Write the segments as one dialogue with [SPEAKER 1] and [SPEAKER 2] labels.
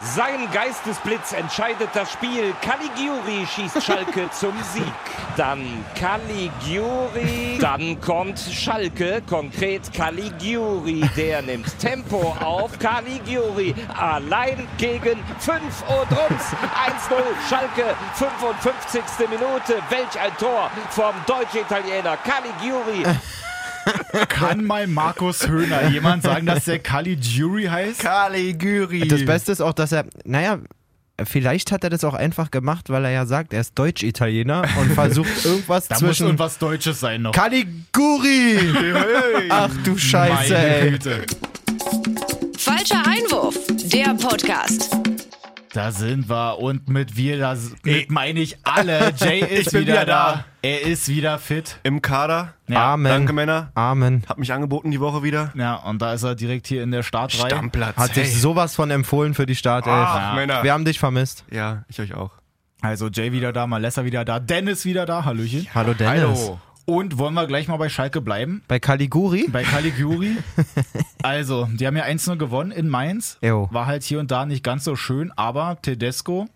[SPEAKER 1] Sein Geistesblitz entscheidet das Spiel. Caligiuri schießt Schalke zum Sieg. Dann Caligiuri. Dann kommt Schalke, konkret Caligiuri. Der nimmt Tempo auf. Caligiuri allein gegen 5 Odrums. 1-0 Schalke, 55. Minute. Welch ein Tor vom Deutsch-Italiener Caligiuri.
[SPEAKER 2] Kann mal Markus Höhner jemand sagen, dass der Caligiuri heißt?
[SPEAKER 3] Caliguri.
[SPEAKER 4] Das Beste ist auch, dass er, naja, vielleicht hat er das auch einfach gemacht, weil er ja sagt, er ist Deutsch-Italiener und versucht irgendwas
[SPEAKER 2] Da muss
[SPEAKER 4] zwischen.
[SPEAKER 2] irgendwas Deutsches sein noch.
[SPEAKER 4] Caliguri! Ach du Scheiße,
[SPEAKER 2] Meine
[SPEAKER 4] ey.
[SPEAKER 2] Güte.
[SPEAKER 5] Falscher Einwurf, der Podcast.
[SPEAKER 2] Da sind wir und mit wir, da s- mit meine ich alle. Jay ist
[SPEAKER 3] bin
[SPEAKER 2] wieder,
[SPEAKER 3] wieder
[SPEAKER 2] da.
[SPEAKER 3] da.
[SPEAKER 2] Er ist wieder fit.
[SPEAKER 3] Im Kader.
[SPEAKER 2] Ja,
[SPEAKER 4] Amen.
[SPEAKER 3] Danke, Männer.
[SPEAKER 4] Amen.
[SPEAKER 3] Hab mich angeboten die Woche wieder.
[SPEAKER 2] Ja, und da ist er direkt hier in der Startreihe.
[SPEAKER 3] Stammplatz.
[SPEAKER 4] Hat
[SPEAKER 3] hey.
[SPEAKER 4] sich sowas von empfohlen für die Startelf.
[SPEAKER 2] Ah,
[SPEAKER 3] Ach, Männer.
[SPEAKER 4] Wir haben dich vermisst.
[SPEAKER 3] ja, ich euch auch.
[SPEAKER 2] Also Jay wieder da, Malessa wieder da, Dennis wieder da. Hallöchen.
[SPEAKER 4] Hallo Dennis.
[SPEAKER 2] Hallo. Und wollen wir gleich mal bei Schalke bleiben?
[SPEAKER 4] Bei Caliguri?
[SPEAKER 2] Bei Caliguri. also, die haben ja 1-0 gewonnen in Mainz.
[SPEAKER 4] Jo.
[SPEAKER 2] War halt hier und da nicht ganz so schön, aber Tedesco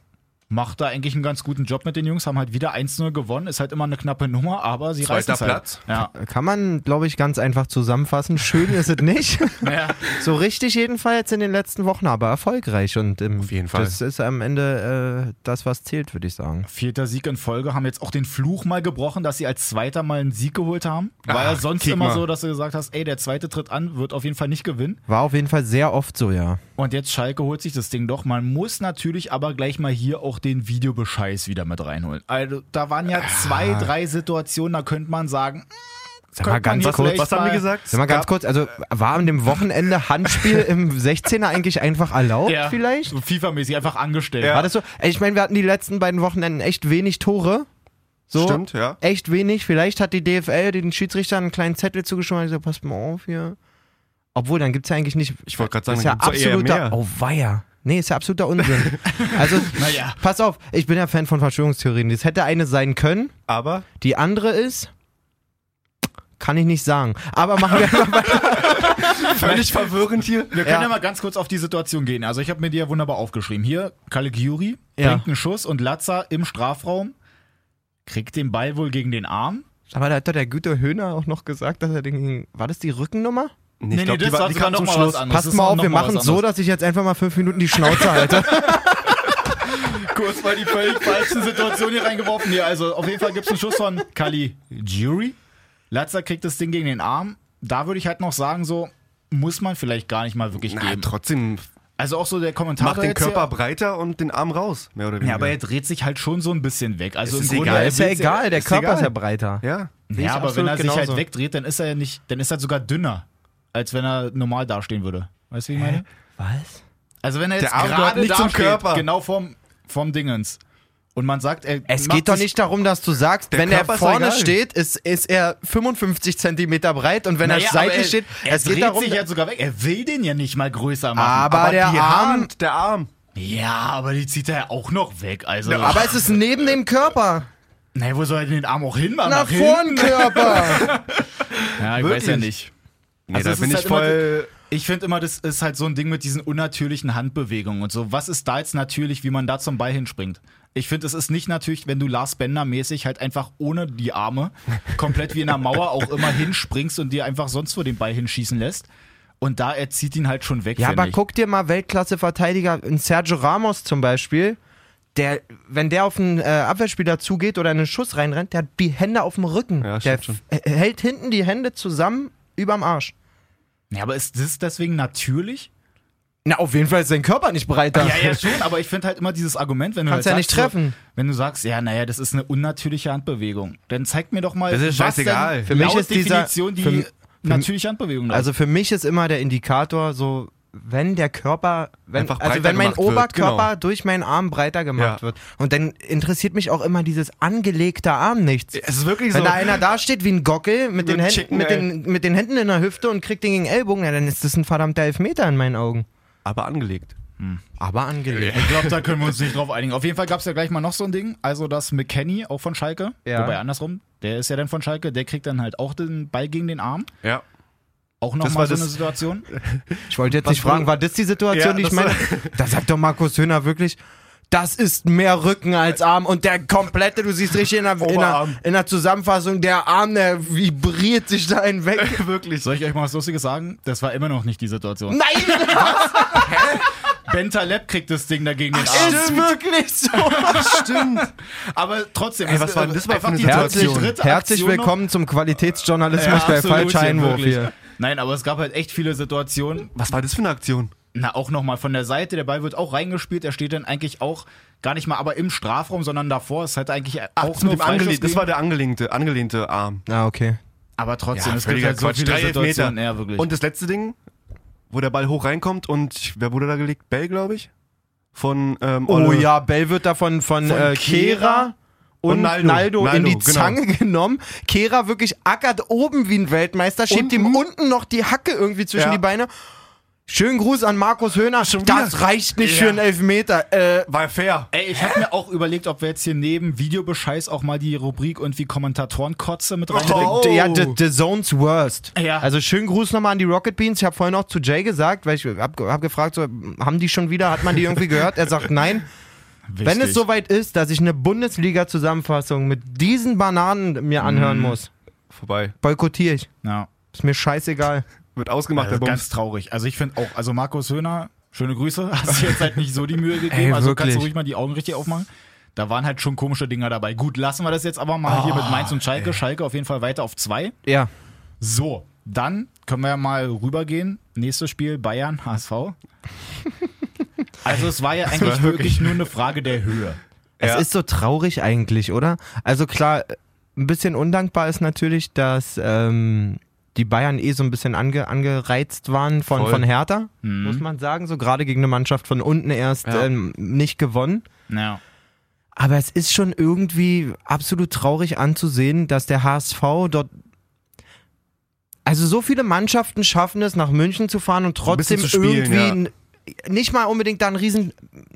[SPEAKER 2] macht da eigentlich einen ganz guten Job mit den Jungs, haben halt wieder 1-0 gewonnen. Ist halt immer eine knappe Nummer, aber sie
[SPEAKER 3] Zweiter
[SPEAKER 2] reißen es halt.
[SPEAKER 3] Platz.
[SPEAKER 2] Ja.
[SPEAKER 4] Kann man, glaube ich, ganz einfach zusammenfassen. Schön ist es nicht.
[SPEAKER 2] Naja,
[SPEAKER 4] So richtig jedenfalls in den letzten Wochen, aber erfolgreich. Und ähm,
[SPEAKER 3] Auf jeden Fall.
[SPEAKER 4] das ist am Ende äh, das, was zählt, würde ich sagen.
[SPEAKER 2] vierter Sieg in Folge, haben jetzt auch den Fluch mal gebrochen, dass sie als Zweiter mal einen Sieg geholt haben. War ja
[SPEAKER 3] Ach,
[SPEAKER 2] sonst
[SPEAKER 3] Ah, kick
[SPEAKER 2] immer
[SPEAKER 3] mal.
[SPEAKER 2] so, dass du gesagt hast, ey, der Zweite tritt an, wird auf jeden Fall nicht gewinnen.
[SPEAKER 4] War auf jeden Fall sehr oft so, ja.
[SPEAKER 2] Und jetzt Schalke holt sich das Ding doch. Man muss natürlich aber gleich mal hier auch den Videobescheiß wieder mit reinholen. Also da waren ja zwei,
[SPEAKER 4] Ah.
[SPEAKER 2] drei Situationen, da könnte man sagen,
[SPEAKER 4] Sag
[SPEAKER 2] Könnte man hier vielleicht
[SPEAKER 3] Was haben wir
[SPEAKER 2] mal-
[SPEAKER 3] gesagt?
[SPEAKER 4] Sag mal ganz kurz, also war an dem Wochenende Handspiel im 16er eigentlich einfach erlaubt
[SPEAKER 2] ja,
[SPEAKER 4] vielleicht?
[SPEAKER 2] so hm, FIFA-mäßig einfach angestellt.
[SPEAKER 4] War das so? Ey, Ich meine, wir hatten die letzten beiden Wochenenden echt wenig Tore. So,
[SPEAKER 3] Stimmt, ja.
[SPEAKER 4] Echt wenig. Vielleicht hat die DFL den Schiedsrichtern einen kleinen Zettel zugeschoben und gesagt, passt mal auf hier. Obwohl, dann gibt's ja eigentlich nicht.
[SPEAKER 3] Ich wollte gerade sagen,
[SPEAKER 4] ist ja
[SPEAKER 3] dann gibt's doch eher
[SPEAKER 4] absoluter.
[SPEAKER 3] mehr.
[SPEAKER 4] Oh, weia. Nee, ist ja absoluter Unsinn. also,
[SPEAKER 2] Naja.
[SPEAKER 4] pass auf, ich bin ja Fan von Verschwörungstheorien. Das hätte eine sein können.
[SPEAKER 3] Aber
[SPEAKER 4] Die andere ist. Kann ich nicht sagen. Aber machen wir mal weiter.
[SPEAKER 3] völlig verwirrend hier.
[SPEAKER 2] Wir können ja. mal ganz kurz auf die Situation gehen. Also ich habe mir die ja wunderbar aufgeschrieben. Hier, Caligiuri
[SPEAKER 4] Ja.
[SPEAKER 2] bringt einen Schuss und Latza im Strafraum kriegt den Ball wohl gegen den Arm.
[SPEAKER 4] Aber da hat doch der Güter Höhner auch noch gesagt, dass er den. War das die Rückennummer?
[SPEAKER 3] Nee, ich glaub, die, war- die
[SPEAKER 2] sogar
[SPEAKER 3] kam
[SPEAKER 2] noch
[SPEAKER 3] zum
[SPEAKER 2] mal
[SPEAKER 3] Schluss.
[SPEAKER 2] anderes. Das
[SPEAKER 4] Passt
[SPEAKER 2] ist
[SPEAKER 4] mal
[SPEAKER 2] noch
[SPEAKER 4] auf, wir
[SPEAKER 2] mal
[SPEAKER 4] machen
[SPEAKER 2] was
[SPEAKER 4] so,
[SPEAKER 2] anderes.
[SPEAKER 4] dass ich jetzt einfach mal fünf Minuten die Schnauze halte.
[SPEAKER 2] kurz mal die völlig falschen Situationen hier reingeworfen. Nee, also auf jeden Fall gibt es einen Schuss von Caligiuri. Latza kriegt das Ding gegen den Arm. Da würde ich halt noch sagen, so muss man vielleicht gar nicht mal wirklich
[SPEAKER 3] Na,
[SPEAKER 2] geben.
[SPEAKER 3] trotzdem
[SPEAKER 2] Also auch so der Kommentar.
[SPEAKER 3] mach den Körper breiter und den Arm raus, mehr oder
[SPEAKER 2] Hier,
[SPEAKER 3] weniger.
[SPEAKER 2] ja, aber er dreht sich halt schon so ein bisschen weg. Also
[SPEAKER 3] Es ist
[SPEAKER 2] im Grunde
[SPEAKER 3] egal,
[SPEAKER 2] er
[SPEAKER 4] ist ja
[SPEAKER 2] will's
[SPEAKER 4] egal, der
[SPEAKER 3] ist
[SPEAKER 4] Körper ist ja
[SPEAKER 3] egal.
[SPEAKER 4] breiter.
[SPEAKER 3] ja.
[SPEAKER 4] Sehe ich
[SPEAKER 2] Ja, aber wenn
[SPEAKER 4] absolut
[SPEAKER 2] er sich
[SPEAKER 4] genauso.
[SPEAKER 2] halt wegdreht, dann ist er ja nicht, dann ist er sogar dünner, als wenn er normal dastehen würde. Weißt du, wie ich meine?
[SPEAKER 4] Was?
[SPEAKER 2] Also wenn er jetzt
[SPEAKER 3] Der Arm gehört
[SPEAKER 2] gerade
[SPEAKER 3] nicht zum
[SPEAKER 2] dasteht,
[SPEAKER 3] Körper.
[SPEAKER 2] genau vom, vom Dingens. Und man sagt, er
[SPEAKER 4] Es
[SPEAKER 2] macht
[SPEAKER 4] geht doch
[SPEAKER 2] das-
[SPEAKER 4] nicht darum, dass du sagst, wenn
[SPEAKER 3] Körper
[SPEAKER 4] er
[SPEAKER 3] ist
[SPEAKER 4] vorne
[SPEAKER 3] egal.
[SPEAKER 4] steht, ist, ist er 55 Zentimeter breit und wenn
[SPEAKER 2] Naja,
[SPEAKER 4] er
[SPEAKER 2] aber
[SPEAKER 4] seitlich steht,
[SPEAKER 2] er
[SPEAKER 4] es
[SPEAKER 2] dreht
[SPEAKER 4] geht darum.
[SPEAKER 2] sich ja sogar weg. Er will den ja nicht mal größer machen.
[SPEAKER 4] aber, der
[SPEAKER 3] die
[SPEAKER 4] Arm.
[SPEAKER 3] Hand, der Arm.
[SPEAKER 2] ja, aber die zieht er ja auch noch weg. Also,
[SPEAKER 4] Aber es ist neben dem Körper.
[SPEAKER 2] nee, wo soll er denn den Arm auch hin machen?
[SPEAKER 4] Nach
[SPEAKER 2] hinten?
[SPEAKER 4] vorn Körper.
[SPEAKER 2] Ja, ich weiß ja nicht.
[SPEAKER 3] Nee,
[SPEAKER 2] Also
[SPEAKER 3] da
[SPEAKER 2] es
[SPEAKER 3] bin
[SPEAKER 2] ist
[SPEAKER 3] ich
[SPEAKER 2] halt immer
[SPEAKER 3] voll.
[SPEAKER 2] Ich finde immer, das ist halt so ein Ding mit diesen unnatürlichen Handbewegungen und so. Was ist da jetzt natürlich, wie man da zum Ball hinspringt? Ich finde, es ist nicht natürlich, wenn du Lars Bender mäßig halt einfach ohne die Arme komplett wie in einer Mauer auch immer hinspringst und dir einfach sonst wo den Ball hinschießen lässt. Und da er zieht ihn halt schon weg.
[SPEAKER 4] Ja,
[SPEAKER 2] find
[SPEAKER 4] aber
[SPEAKER 2] ich.
[SPEAKER 4] guck dir mal Weltklasse-Verteidiger, in Sergio Ramos zum Beispiel. Der, wenn der auf einen äh, Abwehrspieler zugeht oder einen Schuss reinrennt, der hat die Hände auf dem Rücken.
[SPEAKER 3] Ja,
[SPEAKER 4] der
[SPEAKER 3] stimmt
[SPEAKER 4] f- hält hinten die Hände zusammen überm Arsch.
[SPEAKER 2] Ja, aber ist das deswegen natürlich?
[SPEAKER 4] Na, auf jeden Fall ist sein Körper nicht breiter.
[SPEAKER 2] Ja, ja, schon, aber ich finde halt immer dieses Argument, wenn du
[SPEAKER 4] Kannst
[SPEAKER 2] halt
[SPEAKER 4] ja
[SPEAKER 2] sagst,
[SPEAKER 4] nicht treffen.
[SPEAKER 2] So, wenn du sagst, ja, naja, das ist eine unnatürliche Handbewegung, dann zeig mir doch mal,
[SPEAKER 3] Das ist
[SPEAKER 2] was
[SPEAKER 3] scheißegal.
[SPEAKER 2] Denn
[SPEAKER 4] Für mich
[SPEAKER 2] laut
[SPEAKER 4] ist dieser-
[SPEAKER 2] Definition
[SPEAKER 4] für
[SPEAKER 2] die
[SPEAKER 4] m-
[SPEAKER 2] natürliche Handbewegung.
[SPEAKER 4] Also für mich ist immer der Indikator so, wenn der Körper, wenn,
[SPEAKER 3] Einfach
[SPEAKER 4] also
[SPEAKER 3] breiter
[SPEAKER 4] wenn mein
[SPEAKER 3] gemacht wird,
[SPEAKER 4] Oberkörper
[SPEAKER 3] genau.
[SPEAKER 4] durch meinen Arm breiter gemacht
[SPEAKER 3] Ja.
[SPEAKER 4] wird. Und dann interessiert mich auch immer dieses angelegte Arm nichts.
[SPEAKER 3] Es ist wirklich so.
[SPEAKER 4] Wenn da einer dasteht wie ein Gockel mit, den,
[SPEAKER 3] Mit
[SPEAKER 4] Händen,
[SPEAKER 3] Chicken,
[SPEAKER 4] mit,
[SPEAKER 3] ey.
[SPEAKER 4] den, mit den Händen in der Hüfte und kriegt den gegen den Ellbogen, ja, dann ist das ein verdammter Elfmeter in meinen Augen.
[SPEAKER 3] aber angelegt.
[SPEAKER 4] Aber angelegt.
[SPEAKER 2] Ich glaube, da können wir uns nicht drauf einigen. Auf jeden Fall gab es ja gleich mal noch so ein Ding. Also, dass McKenny auch von Schalke,
[SPEAKER 4] Ja.
[SPEAKER 2] wobei andersrum, der ist ja dann von Schalke, der kriegt dann halt auch den Ball gegen den Arm.
[SPEAKER 3] Ja.
[SPEAKER 2] Auch noch
[SPEAKER 3] Das
[SPEAKER 2] mal
[SPEAKER 3] war
[SPEAKER 2] so eine
[SPEAKER 3] das-
[SPEAKER 2] Situation?
[SPEAKER 4] Ich wollte jetzt
[SPEAKER 3] Was
[SPEAKER 4] nicht fragen,
[SPEAKER 3] wohl-
[SPEAKER 4] war das die Situation,
[SPEAKER 3] Ja,
[SPEAKER 4] die ich
[SPEAKER 3] das
[SPEAKER 4] meine? Da sagt doch Markus Höhner wirklich, das ist mehr Rücken als Arm und der komplette, du siehst richtig in der, in der,
[SPEAKER 3] Oberarm.
[SPEAKER 4] in der Zusammenfassung, der Arm, der vibriert sich da hinweg.
[SPEAKER 3] Wirklich.
[SPEAKER 2] Soll ich euch mal was Lustiges sagen? Das war immer noch nicht die
[SPEAKER 4] Hm?
[SPEAKER 2] Situation.
[SPEAKER 4] Nein,
[SPEAKER 2] Bentaleb kriegt das Ding dagegen den
[SPEAKER 4] das
[SPEAKER 2] Arm.
[SPEAKER 4] ist wirklich so.
[SPEAKER 3] Stimmt.
[SPEAKER 2] Aber trotzdem,
[SPEAKER 3] Ey, was war denn das mal für
[SPEAKER 2] einfach
[SPEAKER 3] eine
[SPEAKER 2] die
[SPEAKER 3] Situation?
[SPEAKER 2] dritte Aktion
[SPEAKER 4] Herzlich
[SPEAKER 2] noch.
[SPEAKER 4] willkommen zum
[SPEAKER 2] Ja,
[SPEAKER 4] Qualitätsjournalismus bei
[SPEAKER 2] absolut,
[SPEAKER 4] Falscher
[SPEAKER 2] hier,
[SPEAKER 4] Einwurf
[SPEAKER 2] wirklich.
[SPEAKER 4] hier.
[SPEAKER 2] Nein, aber es gab halt echt viele Situationen.
[SPEAKER 3] Was war das für eine Aktion?
[SPEAKER 2] Na, auch nochmal von der Seite. Der Ball wird auch reingespielt. Er steht dann eigentlich auch gar nicht mal, aber im Strafraum, sondern davor. Es hat eigentlich auch nur
[SPEAKER 3] Angelehnt-
[SPEAKER 2] Freischuss
[SPEAKER 3] Das
[SPEAKER 2] gegeben.
[SPEAKER 3] war der angelehnte, angelehnte Arm.
[SPEAKER 4] Ah, okay.
[SPEAKER 2] Aber trotzdem, es gibt
[SPEAKER 3] völliger
[SPEAKER 2] halt so
[SPEAKER 3] Quatsch.
[SPEAKER 2] viele
[SPEAKER 3] Drei
[SPEAKER 2] Situationen.
[SPEAKER 3] Elfmeter.
[SPEAKER 2] Ja, wirklich.
[SPEAKER 3] Und das letzte Ding, wo der Ball hoch reinkommt und wer wurde da gelegt? Bell, glaube ich. Von ähm,
[SPEAKER 4] Oh
[SPEAKER 3] Olle.
[SPEAKER 4] ja, Bell wird davon von,
[SPEAKER 3] Von
[SPEAKER 4] äh, Kehra
[SPEAKER 3] Kehra
[SPEAKER 4] und
[SPEAKER 3] und
[SPEAKER 4] Naldo,
[SPEAKER 3] Naldo.
[SPEAKER 4] in
[SPEAKER 3] Naldo,
[SPEAKER 4] die
[SPEAKER 3] genau.
[SPEAKER 4] Zange genommen. Kehra wirklich ackert oben wie ein Weltmeister, schiebt ihm unten noch die Hacke irgendwie zwischen
[SPEAKER 3] Ja.
[SPEAKER 4] die Beine. Schönen Gruß an Markus Höhner.
[SPEAKER 3] wieder?
[SPEAKER 4] Das reicht nicht
[SPEAKER 2] Ja.
[SPEAKER 4] für einen Elfmeter. Äh,
[SPEAKER 3] War fair.
[SPEAKER 2] Ey, ich habe mir auch überlegt, ob wir jetzt hier neben Videobescheiß auch mal die Rubrik irgendwie Kommentatorenkotze mit reinbringen.
[SPEAKER 3] Oh.
[SPEAKER 4] Ja, the, the Zone's worst.
[SPEAKER 2] Ja.
[SPEAKER 4] Also schönen Gruß nochmal an die Rocket Beans. Ich habe vorhin auch zu Jay gesagt, weil ich hab, ge- hab gefragt, so, haben die schon wieder, hat man die irgendwie gehört? Er sagt nein. Wenn es soweit ist, dass ich eine Bundesliga-Zusammenfassung mit diesen Bananen mir
[SPEAKER 3] Mhm.
[SPEAKER 4] anhören muss,
[SPEAKER 3] Vorbei.
[SPEAKER 4] boykottiere ich.
[SPEAKER 2] Ja.
[SPEAKER 4] Ist mir scheißegal.
[SPEAKER 3] Wird ausgemacht,
[SPEAKER 2] Also
[SPEAKER 3] der Bums.
[SPEAKER 2] ganz traurig. Also ich finde auch, also Markus Höhner, schöne Grüße, hast dir jetzt halt nicht so die Mühe gegeben.
[SPEAKER 4] Ey,
[SPEAKER 2] also
[SPEAKER 4] wirklich.
[SPEAKER 2] kannst du ruhig mal die Augen richtig aufmachen. Da waren halt schon komische Dinger dabei. Gut, lassen wir das jetzt aber mal hier mit Mainz und Schalke. Schalke auf jeden Fall weiter auf zwei.
[SPEAKER 4] Ja.
[SPEAKER 2] So, dann können wir ja mal rübergehen. Nächstes Spiel Bayern, HSV. Also es war ja eigentlich
[SPEAKER 3] war
[SPEAKER 2] wirklich nur eine Frage der Höhe.
[SPEAKER 4] Es
[SPEAKER 3] Ja.
[SPEAKER 4] ist so traurig eigentlich, oder? Also klar, ein bisschen undankbar ist natürlich, dass ähm, die Bayern eh so ein bisschen ange, angereizt waren von,
[SPEAKER 3] Voll. Mhm.
[SPEAKER 4] von Hertha, muss man sagen. So gerade gegen eine Mannschaft von unten erst
[SPEAKER 3] Ja.
[SPEAKER 4] ähm, nicht gewonnen.
[SPEAKER 2] Ja.
[SPEAKER 4] Aber es ist schon irgendwie absolut traurig anzusehen, dass der HSV dort. Also so viele Mannschaften schaffen es, nach München zu fahren und
[SPEAKER 3] bisschen
[SPEAKER 4] trotzdem
[SPEAKER 3] zu spielen,
[SPEAKER 4] irgendwie
[SPEAKER 3] ja.
[SPEAKER 4] n- nicht mal unbedingt da einen riesen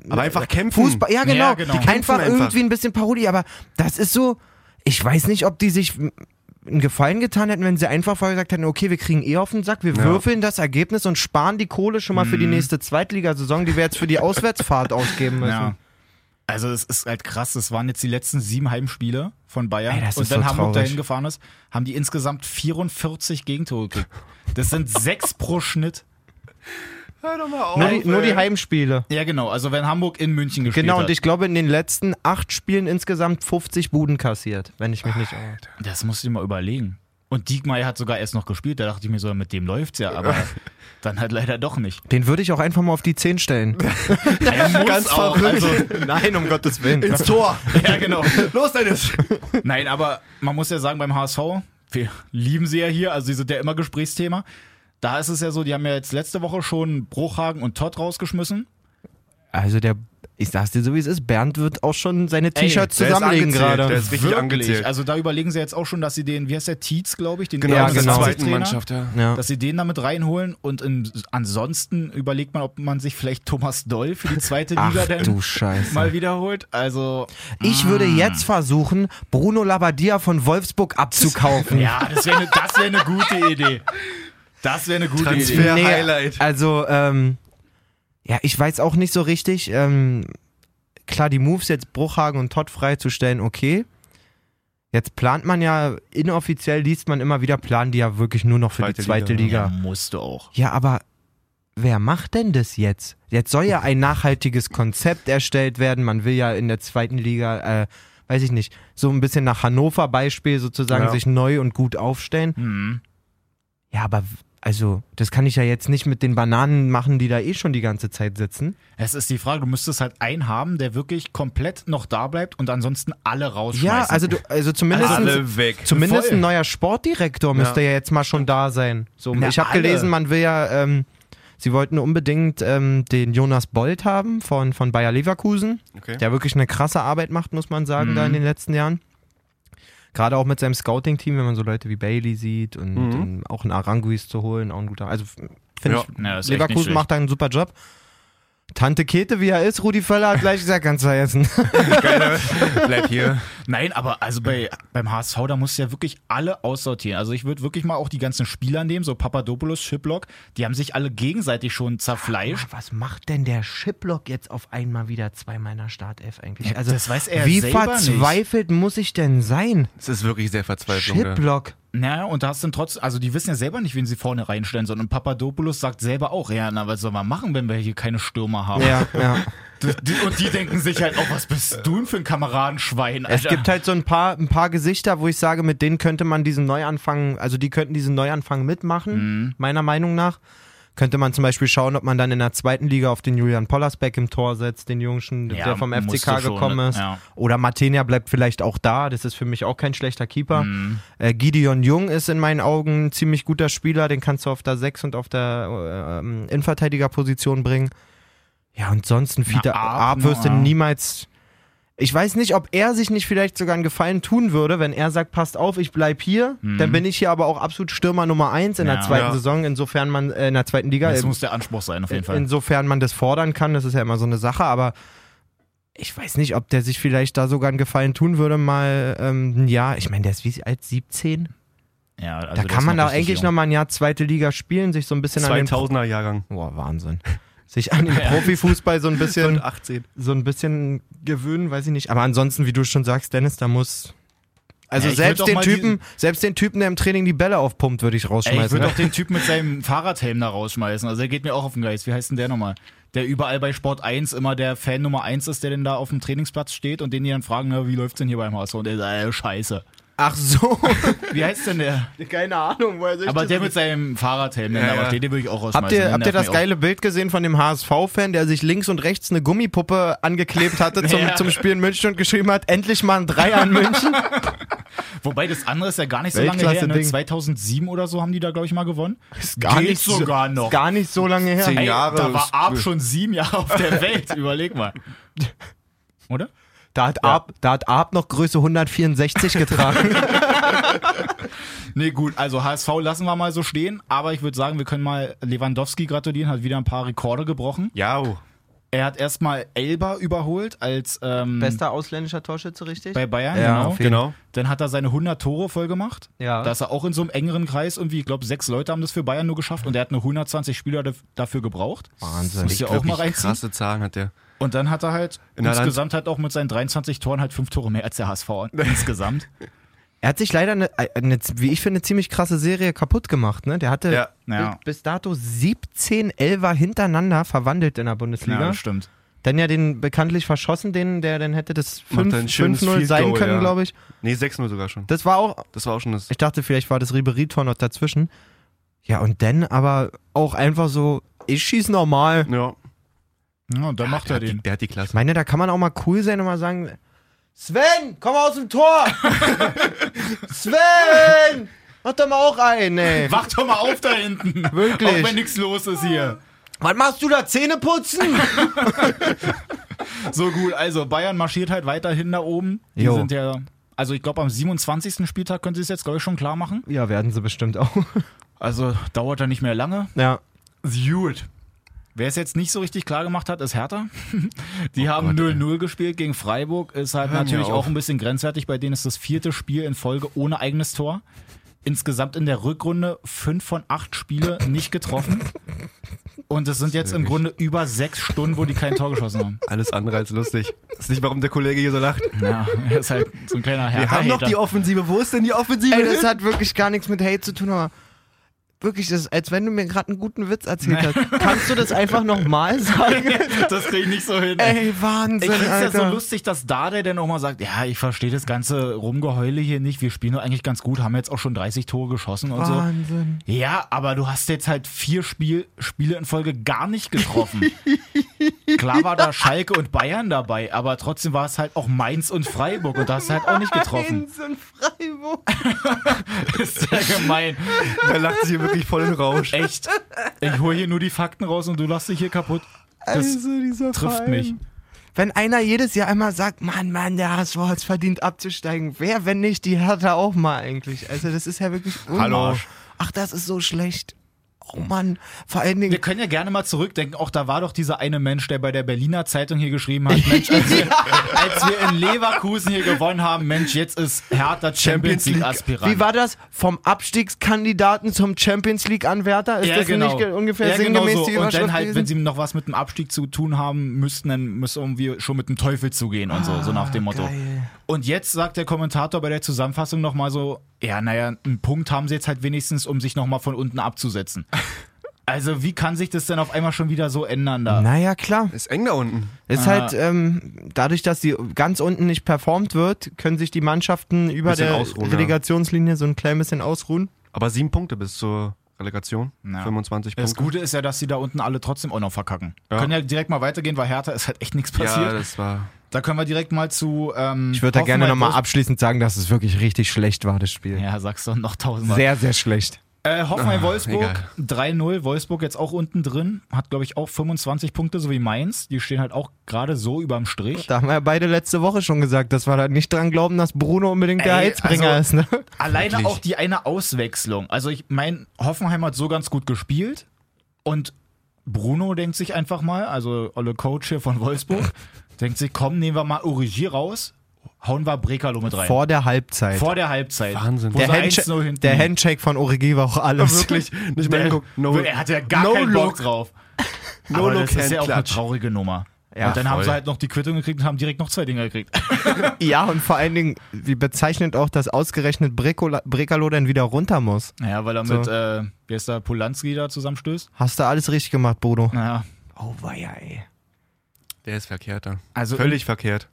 [SPEAKER 3] Aber einfach kämpfen.
[SPEAKER 4] Fußball, ja genau,
[SPEAKER 2] Ja, genau. Die
[SPEAKER 4] einfach,
[SPEAKER 2] kämpfen
[SPEAKER 3] einfach.
[SPEAKER 4] irgendwie ein bisschen Parodie, aber das ist so, ich weiß nicht, ob die sich einen Gefallen getan hätten, wenn sie einfach vorher gesagt hätten, okay, wir kriegen eh auf den Sack, wir
[SPEAKER 3] Ja.
[SPEAKER 4] würfeln das Ergebnis und sparen die Kohle schon mal für die nächste Zweitligasaison, die wir jetzt für die Auswärtsfahrt ausgeben müssen.
[SPEAKER 2] Ja. Also es ist halt krass, das waren jetzt die letzten sieben Heimspiele von Bayern
[SPEAKER 4] Ey, das
[SPEAKER 2] und
[SPEAKER 4] ist
[SPEAKER 2] wenn
[SPEAKER 4] so
[SPEAKER 2] Hamburg
[SPEAKER 4] traurig.
[SPEAKER 2] dahin gefahren ist, haben die insgesamt 44 Gegentore gekriegt. Das sind sechs pro Schnitt.
[SPEAKER 3] Hör doch mal auf,
[SPEAKER 4] Nur, die, nur die
[SPEAKER 3] ey.
[SPEAKER 4] Heimspiele.
[SPEAKER 2] Ja genau, also wenn Hamburg in München gespielt
[SPEAKER 4] Genau,
[SPEAKER 2] hat.
[SPEAKER 4] und ich glaube, in den letzten acht Spielen insgesamt 50 Buden kassiert, wenn ich mich nicht irre.
[SPEAKER 2] Das musst du dir mal überlegen. Und Diekmeyer hat sogar erst noch gespielt, da dachte ich mir so, mit dem läuft's ja, aber dann halt leider doch nicht.
[SPEAKER 4] Den würde ich auch einfach mal auf die 10 stellen.
[SPEAKER 2] Er muss also
[SPEAKER 3] Ganz verrückt.
[SPEAKER 4] Nein, um Gottes Willen.
[SPEAKER 3] Ins Tor.
[SPEAKER 2] ja genau.
[SPEAKER 3] Los, Dennis.
[SPEAKER 2] Nein, aber man muss ja sagen, beim HSV, wir lieben sie ja hier, also sie sind ja immer Gesprächsthema. Da ist es ja so, die haben ja jetzt letzte Woche schon Bruchhagen und Todd rausgeschmissen.
[SPEAKER 4] Also der, ich sag's dir so wie es ist, Bernd wird auch schon seine T-Shirts
[SPEAKER 3] der ist
[SPEAKER 4] zusammenlegen
[SPEAKER 3] angezählt, der
[SPEAKER 4] gerade.
[SPEAKER 3] ist- richtig angezählt.
[SPEAKER 2] Also da überlegen sie jetzt auch schon, dass sie den, wie heißt der, Tietz, glaube ich, den
[SPEAKER 3] Genau,
[SPEAKER 4] Ja,
[SPEAKER 3] das ist
[SPEAKER 4] genau.
[SPEAKER 3] die zweite
[SPEAKER 2] Trainer,
[SPEAKER 3] Mannschaft, ja.
[SPEAKER 4] Ja.
[SPEAKER 2] Dass sie den damit reinholen und im, ansonsten überlegt man, ob man sich vielleicht Thomas Doll für die zweite Liga
[SPEAKER 4] Ach
[SPEAKER 2] denn
[SPEAKER 4] du Scheiße.
[SPEAKER 2] mal wiederholt. Also,
[SPEAKER 4] Ich würde jetzt versuchen, Bruno Labbadia von Wolfsburg abzukaufen.
[SPEAKER 2] ja, das wäre eine wär ne gute Idee. Das wäre eine gute
[SPEAKER 3] Transfer.
[SPEAKER 2] Idee.
[SPEAKER 3] Wäre Highlight.
[SPEAKER 4] Also, ähm, ja, ich weiß auch nicht so richtig. Ähm, klar, die Moves jetzt Bruchhagen und Todd freizustellen, okay. Jetzt plant man ja, inoffiziell liest man immer wieder, planen die ja wirklich nur noch für die
[SPEAKER 3] Zweite
[SPEAKER 4] zweite
[SPEAKER 3] Liga,
[SPEAKER 4] Liga.
[SPEAKER 2] Musst du auch.
[SPEAKER 4] Ja, aber wer macht denn das jetzt? Jetzt soll ja ein nachhaltiges Konzept erstellt werden. Man will ja in der zweiten Liga, äh, weiß ich nicht, so ein bisschen nach Hannover Beispiel sozusagen
[SPEAKER 3] Ja. Mhm.
[SPEAKER 4] sich neu und gut aufstellen. Ja, aber w- also, das kann ich ja jetzt nicht mit den Bananen machen, die da eh schon die ganze Zeit sitzen.
[SPEAKER 2] Es ist die Frage, du müsstest halt einen haben, der wirklich komplett noch da bleibt und ansonsten alle rausschmeißen.
[SPEAKER 4] Ja, also du, also zumindest
[SPEAKER 3] Alle weg.
[SPEAKER 4] zumindest
[SPEAKER 2] Voll.
[SPEAKER 4] ein neuer Sportdirektor müsste ja, jetzt mal schon da sein. So,
[SPEAKER 2] Na,
[SPEAKER 4] ich habe
[SPEAKER 2] alle.
[SPEAKER 4] gelesen, man will ja ähm, Sie wollten unbedingt ähm, den Jonas Bold haben von, von Bayer Leverkusen.
[SPEAKER 3] Okay.
[SPEAKER 4] der wirklich eine krasse Arbeit macht, muss man sagen,
[SPEAKER 2] Mhm.
[SPEAKER 4] da in den letzten Jahren. Gerade auch mit seinem Scouting-Team, wenn man so Leute wie Bailey sieht und ähm, auch einen Aranguis zu holen, auch ein guter. Also f- finde
[SPEAKER 3] Ja.
[SPEAKER 4] ich,
[SPEAKER 2] Mhm. Ja, ist echt nicht
[SPEAKER 4] Leverkusen
[SPEAKER 2] schlecht.
[SPEAKER 4] macht da einen super Job. Tante Kete, wie er ist, Rudi Völler hat gleich gesagt, ganz vergessen.
[SPEAKER 3] Bleib hier.
[SPEAKER 2] Nein, aber also bei, beim HSV, da musst du ja wirklich alle aussortieren. Also ich würde wirklich mal auch die ganzen Spieler nehmen, so Papadopoulos, Schiplock, die haben sich alle gegenseitig schon zerfleischt.
[SPEAKER 4] Was macht denn der Shiplock jetzt auf einmal wieder zwei meiner Startelf eigentlich? Also,
[SPEAKER 2] das weiß er
[SPEAKER 4] wie
[SPEAKER 2] selber nicht.
[SPEAKER 4] verzweifelt muss ich denn sein?
[SPEAKER 3] Es ist wirklich sehr verzweifelt. Junge.
[SPEAKER 4] Shiplock.
[SPEAKER 2] Naja, und da hast du dann trotzdem, also die wissen ja selber nicht, wen sie vorne reinstellen sollen. Und Papadopoulos sagt selber auch, ja, na, was soll man machen, wenn wir hier keine Stürmer haben?
[SPEAKER 4] Ja, ja.
[SPEAKER 2] D- die- Und die denken sich halt auch, was bist du denn für ein Kameradenschwein,
[SPEAKER 4] Es
[SPEAKER 2] Alter?
[SPEAKER 4] gibt halt so ein paar, ein paar Gesichter, wo ich sage, mit denen könnte man diesen Neuanfang, also die könnten diesen Neuanfang mitmachen,
[SPEAKER 2] Mhm.
[SPEAKER 4] meiner Meinung nach. Könnte man zum Beispiel schauen, ob man dann in der zweiten Liga auf den Julian Pollersbeck im Tor setzt, den Jungschen,
[SPEAKER 2] Ja,
[SPEAKER 4] der vom
[SPEAKER 2] musst
[SPEAKER 4] FCK
[SPEAKER 2] du schon, ne?
[SPEAKER 4] gekommen ist.
[SPEAKER 2] ja.
[SPEAKER 4] Oder Matenia bleibt vielleicht auch da, das ist für mich auch kein schlechter Keeper.
[SPEAKER 2] Mhm.
[SPEAKER 4] Äh, Gideon Jung ist in meinen Augen ein ziemlich guter Spieler, den kannst du auf der 6 und auf der äh, ähm, Innenverteidigerposition bringen. Ja, und sonst ein Fiete
[SPEAKER 2] Arp,
[SPEAKER 4] Arp wirst du
[SPEAKER 2] ja.
[SPEAKER 4] niemals. Ich weiß nicht, ob er sich nicht vielleicht sogar einen Gefallen tun würde, wenn er sagt, passt auf, ich bleib hier. Dann bin ich hier aber auch absolut Stürmer Nummer 1 in der
[SPEAKER 2] Mhm. Ja.
[SPEAKER 4] zweiten
[SPEAKER 3] Ja.
[SPEAKER 4] Saison, insofern man, äh, in der zweiten Liga,
[SPEAKER 2] das
[SPEAKER 4] in,
[SPEAKER 2] muss der Anspruch sein, auf jeden Fall.
[SPEAKER 4] insofern man das fordern kann, das ist ja immer so eine Sache, aber ich weiß nicht, ob der sich vielleicht da sogar einen Gefallen tun würde, mal ähm, ein Jahr, ich meine, der ist wie alt, 17?
[SPEAKER 2] Ja, also
[SPEAKER 4] da
[SPEAKER 2] der
[SPEAKER 4] kann
[SPEAKER 2] ist
[SPEAKER 4] man da
[SPEAKER 2] richtig
[SPEAKER 4] eigentlich
[SPEAKER 2] jung.
[SPEAKER 4] nochmal ein Jahr zweite Liga spielen, sich so ein bisschen an den
[SPEAKER 3] 2000er Jahrgang.
[SPEAKER 4] Boah, Wahnsinn. Sich an den Profifußball so ein bisschen,
[SPEAKER 3] 18.
[SPEAKER 4] so ein bisschen gewöhnen, weiß ich nicht. Aber ansonsten, wie du schon sagst, Dennis, da muss. Also
[SPEAKER 2] Ja, ich würd
[SPEAKER 4] selbst
[SPEAKER 2] auch
[SPEAKER 4] den
[SPEAKER 2] mal
[SPEAKER 4] Typen, selbst den Typen, der im Training die Bälle aufpumpt, würde ich
[SPEAKER 2] Ey, ich
[SPEAKER 4] rausschmeißen. ne?
[SPEAKER 2] würde auch den Typ mit seinem Fahrradhelm da rausschmeißen. Also der geht mir auch auf den Geist. Wie heißt denn der nochmal? Der überall bei Sport 1 immer der Fan Nummer 1 ist, der denn da auf dem Trainingsplatz steht und den die dann fragen, na, wie läuft's denn hier beim HSV? Und der sagt, äh, scheiße.
[SPEAKER 4] Ach so.
[SPEAKER 2] Wie heißt denn der?
[SPEAKER 4] Keine Ahnung, woher soll ich
[SPEAKER 2] Aber
[SPEAKER 4] das
[SPEAKER 2] der mit seinem Fahrradhelm, der
[SPEAKER 3] Ja,
[SPEAKER 2] da
[SPEAKER 3] ja.
[SPEAKER 2] steht, den würde ich auch rausschmeißen.
[SPEAKER 4] Habt ihr,
[SPEAKER 2] Der
[SPEAKER 4] habt ihr
[SPEAKER 2] nervt
[SPEAKER 4] das
[SPEAKER 2] mich
[SPEAKER 4] geile Bild gesehen von dem HSV-Fan, der sich links und rechts eine Gummipuppe angeklebt hatte zum,
[SPEAKER 2] Ja.
[SPEAKER 4] zum Spiel in München und geschrieben hat, endlich mal ein Dreier in München?
[SPEAKER 2] auch. Wobei das andere ist ja gar nicht so lange
[SPEAKER 4] Weltklasse
[SPEAKER 2] her. Ne?
[SPEAKER 4] Ding.
[SPEAKER 2] 2007 oder so haben die da, glaube ich, mal gewonnen. Ist Geht
[SPEAKER 4] so-
[SPEAKER 2] sogar noch.
[SPEAKER 4] Gar nicht so lange her.
[SPEAKER 3] Zehn
[SPEAKER 2] Ey,
[SPEAKER 3] Jahre
[SPEAKER 2] da war
[SPEAKER 3] ist-
[SPEAKER 2] Arp schon sieben Jahre auf der Welt. Überleg mal. Oder?
[SPEAKER 4] Da hat, Arp, da hat Arp noch Größe 164 getragen.
[SPEAKER 2] Nee, gut, also HSV lassen wir mal so stehen, aber ich würde sagen, wir können mal Lewandowski gratulieren, hat wieder ein paar Rekorde gebrochen.
[SPEAKER 3] Ja, oh.
[SPEAKER 2] Er hat erstmal Elba überholt als ähm,
[SPEAKER 4] ausländischer Torschütze, richtig?
[SPEAKER 2] bei Bayern,
[SPEAKER 4] Ja,
[SPEAKER 2] genau.
[SPEAKER 4] auf jeden
[SPEAKER 3] genau.
[SPEAKER 2] Dann hat er seine 100 Tore voll gemacht.
[SPEAKER 4] Ja.
[SPEAKER 2] Da ist er auch in so einem engeren Kreis irgendwie, ich glaube, sechs Leute haben das für Bayern nur geschafft und er hat eine 120 Spieler daf- dafür gebraucht.
[SPEAKER 4] Wahnsinn.
[SPEAKER 2] Muss ich auch mal
[SPEAKER 3] Wirklich
[SPEAKER 2] reinziehen.
[SPEAKER 3] krasse Zahlen hat der.
[SPEAKER 2] Und dann hat er halt
[SPEAKER 3] In der Land-
[SPEAKER 2] insgesamt halt auch mit seinen 23 Toren halt fünf Tore mehr als der HSV insgesamt.
[SPEAKER 4] Er hat sich leider, eine, eine, wie ich finde, ziemlich krasse Serie kaputt gemacht. Ne? Der hatte
[SPEAKER 3] Ja,
[SPEAKER 2] ja.
[SPEAKER 4] bis bis dato 17 Elfer hintereinander verwandelt in der
[SPEAKER 2] Ja,
[SPEAKER 4] Bundesliga.
[SPEAKER 2] das stimmt.
[SPEAKER 4] dann ja den bekanntlich verschossen, den, der dann hätte das
[SPEAKER 3] Macht
[SPEAKER 4] fünf-
[SPEAKER 3] ein schönes
[SPEAKER 4] 5-0
[SPEAKER 3] Field
[SPEAKER 4] sein
[SPEAKER 3] Goal,
[SPEAKER 4] können,
[SPEAKER 3] ja.
[SPEAKER 4] glaube ich.
[SPEAKER 3] Nee, 6-0 sogar schon.
[SPEAKER 4] Das war auch,
[SPEAKER 3] Das war auch schon das.
[SPEAKER 4] ich dachte, vielleicht war das Ribery-Tor noch dazwischen. Ja, und dann aber auch einfach so, ich schieß normal.
[SPEAKER 3] Ja.
[SPEAKER 2] Ja, und dann macht er
[SPEAKER 3] Der hat die-
[SPEAKER 2] den.
[SPEAKER 3] Der hat die
[SPEAKER 4] Ich
[SPEAKER 3] Klasse.
[SPEAKER 4] meine, da kann man auch mal cool sein und mal sagen, Sven, komm aus dem Tor! Sven! Mach doch mal auch einen, ey.
[SPEAKER 2] Wach doch mal auf da hinten.
[SPEAKER 4] Wirklich.
[SPEAKER 2] Auch wenn nichts los ist hier.
[SPEAKER 4] Wann machst du da Zähne putzen?
[SPEAKER 2] So gut, also Bayern marschiert halt weiterhin da oben. Die
[SPEAKER 4] Jo.
[SPEAKER 2] sind ja, also ich glaube am 27. Spieltag können sie es jetzt, glaube ich, schon klar machen.
[SPEAKER 4] Ja, werden sie bestimmt auch.
[SPEAKER 2] Also dauert da nicht mehr lange.
[SPEAKER 4] Ja.
[SPEAKER 2] Gut. Wer es jetzt nicht so richtig klar gemacht hat, ist Hertha. Die haben 0-0 gespielt gegen Freiburg. Ist halt
[SPEAKER 3] Oh Hör mir
[SPEAKER 2] natürlich
[SPEAKER 3] auf.
[SPEAKER 2] auch ein bisschen grenzwertig. Bei denen ist das vierte Spiel in Folge ohne eigenes Tor. Insgesamt in der Rückrunde fünf von acht Spiele nicht getroffen. Und es sind jetzt im Grunde über sechs Stunden, wo die kein Tor geschossen haben.
[SPEAKER 3] Alles andere als lustig. Ist nicht, warum der Kollege hier so lacht.
[SPEAKER 2] Ja, er ist halt so ein kleiner Hertha.
[SPEAKER 3] Wir haben noch die Offensive. Wo ist denn die Offensive?
[SPEAKER 4] Ey, das hat wirklich gar nichts mit Hate zu tun, aber wirklich, das ist, als wenn du mir gerade einen guten Witz erzählt hast. Kannst du das einfach nochmal sagen?
[SPEAKER 2] Das kriege ich nicht so hin.
[SPEAKER 4] Ey,
[SPEAKER 2] Ich
[SPEAKER 4] Wahnsinn,
[SPEAKER 2] finde es ja
[SPEAKER 4] Alter.
[SPEAKER 2] so lustig, dass Dade dann auch mal sagt, ja, ich verstehe das ganze Rumgeheule hier nicht, wir spielen doch eigentlich ganz gut, haben jetzt auch schon 30 Tore geschossen und so.
[SPEAKER 4] Wahnsinn.
[SPEAKER 2] Ja, aber du hast jetzt halt vier Spiel, Spiele in Folge gar nicht getroffen. Klar war da Schalke und Bayern dabei, aber trotzdem war es halt auch Mainz und Freiburg und da hast du halt auch nicht getroffen.
[SPEAKER 4] Wahnsinn, Freiburg.
[SPEAKER 2] Das ist ja gemein.
[SPEAKER 3] Der lacht sich hier wirklich voll in Rausch.
[SPEAKER 2] Echt. Ich hole hier nur die Fakten raus und du lachst dich hier kaputt.
[SPEAKER 4] Also,
[SPEAKER 2] Das
[SPEAKER 4] dieser
[SPEAKER 2] trifft mich.
[SPEAKER 4] Wenn einer jedes Jahr einmal sagt, Mann, Mann, der HSV hat es verdient abzusteigen. Wer, wenn nicht, die Hertha auch mal eigentlich. Also das ist ja wirklich un-
[SPEAKER 3] Hallo.
[SPEAKER 4] Ach, das ist so schlecht. oh Mann, vor allen Dingen.
[SPEAKER 2] Wir können ja gerne mal zurückdenken. Auch da war doch dieser eine Mensch, der bei der Berliner Zeitung hier geschrieben hat: Mensch, als wir, als wir in Leverkusen hier gewonnen haben, Mensch, jetzt ist Hertha Champions League Aspirant.
[SPEAKER 4] Wie war das? Vom Abstiegskandidaten zum Champions League-Anwärter? Ist
[SPEAKER 2] Ja,
[SPEAKER 4] das
[SPEAKER 2] genau.
[SPEAKER 4] nicht ge- ungefähr
[SPEAKER 2] ja, genau
[SPEAKER 4] sinngemäß
[SPEAKER 2] so.
[SPEAKER 4] die
[SPEAKER 2] Und
[SPEAKER 4] Überschrift
[SPEAKER 2] dann halt, wenn
[SPEAKER 4] gewesen?
[SPEAKER 2] sie noch was mit dem Abstieg zu tun haben müssten, dann müsste irgendwie schon mit dem Teufel zugehen und so, so nach dem Motto.
[SPEAKER 4] Ah, geil.
[SPEAKER 2] Und jetzt sagt der Kommentator bei der Zusammenfassung nochmal so, ja, naja, einen Punkt haben sie jetzt halt wenigstens, um sich nochmal von unten abzusetzen. Also wie kann sich das denn auf einmal schon wieder so ändern da?
[SPEAKER 4] Naja, klar.
[SPEAKER 3] Ist eng da unten.
[SPEAKER 4] Ist halt, ähm, dadurch, dass die ganz unten nicht performt wird, können sich die Mannschaften über
[SPEAKER 3] Bisschen
[SPEAKER 4] der
[SPEAKER 3] ausruhen, ja.
[SPEAKER 4] Relegationslinie so ein klein bisschen ausruhen.
[SPEAKER 3] Aber sieben Punkte bis zur Relegation.
[SPEAKER 2] Ja.
[SPEAKER 3] 25 Punkte.
[SPEAKER 2] Das Gute ist ja, dass sie da unten alle trotzdem auch noch verkacken. Können ja direkt mal weitergehen, weil Hertha ist halt echt nichts
[SPEAKER 3] Ja,
[SPEAKER 2] passiert.
[SPEAKER 3] das war.
[SPEAKER 2] da können wir direkt mal zu. Ähm,
[SPEAKER 4] Ich würde da gerne
[SPEAKER 2] Hoffenheim-
[SPEAKER 4] nochmal abschließend sagen, dass es wirklich richtig schlecht war, das Spiel.
[SPEAKER 2] Ja, sag's doch noch tausendmal.
[SPEAKER 4] Sehr, sehr schlecht.
[SPEAKER 2] Äh, Hoffenheim Wolfsburg
[SPEAKER 3] egal.
[SPEAKER 2] 3-0. Wolfsburg jetzt auch unten drin. Hat, glaube ich, auch 25 Punkte, so wie Mainz. Die stehen halt auch gerade so überm Strich.
[SPEAKER 4] Da haben wir ja beide letzte Woche schon gesagt, dass wir da nicht dran glauben, dass Bruno unbedingt der
[SPEAKER 2] Ey,
[SPEAKER 4] Heizbringer
[SPEAKER 2] also-
[SPEAKER 4] ist. Ne?
[SPEAKER 2] Alleine
[SPEAKER 3] Wirklich?
[SPEAKER 2] auch die eine Auswechslung. Also, ich meine, Hoffenheim hat so ganz gut gespielt. Und Bruno denkt sich einfach mal, also Olle Coach hier von Wolfsburg, denkt sich, komm, nehmen wir mal Origi raus, hauen wir Brekalo mit rein.
[SPEAKER 4] Vor der Halbzeit.
[SPEAKER 2] Vor also der Halbzählt.
[SPEAKER 3] Wahnsinn.
[SPEAKER 2] Wo
[SPEAKER 4] der,
[SPEAKER 2] sie
[SPEAKER 4] Handshake,
[SPEAKER 2] 1-0 hinten
[SPEAKER 4] der
[SPEAKER 2] liegen.
[SPEAKER 4] Handshake von Origi war auch alles.
[SPEAKER 3] Wirklich nicht mehr
[SPEAKER 2] Der,
[SPEAKER 3] geguckt. No,
[SPEAKER 2] er hat ja gar
[SPEAKER 3] no
[SPEAKER 2] keinen Bock
[SPEAKER 3] look.
[SPEAKER 2] drauf.
[SPEAKER 3] No
[SPEAKER 2] Aber
[SPEAKER 3] look,
[SPEAKER 2] das ist
[SPEAKER 3] hand
[SPEAKER 2] ja auch eine
[SPEAKER 3] clutch.
[SPEAKER 2] traurige Nummer.
[SPEAKER 4] Ja,
[SPEAKER 2] und dann haben
[SPEAKER 3] voll.
[SPEAKER 2] sie halt noch die Quittung gekriegt und haben direkt noch zwei Dinger gekriegt.
[SPEAKER 4] Ja, und vor allen Dingen, wie bezeichnet auch, dass ausgerechnet Brekola- Brekalo dann wieder runter muss.
[SPEAKER 2] Naja, weil er mit, äh, wer ist da, Polanski da zusammenstößt.
[SPEAKER 4] Hast du alles richtig gemacht, Bruno?
[SPEAKER 2] Naja,
[SPEAKER 4] Oh, weia, ey.
[SPEAKER 3] Der ist verkehrt da.
[SPEAKER 2] also
[SPEAKER 3] Völlig verkehrt.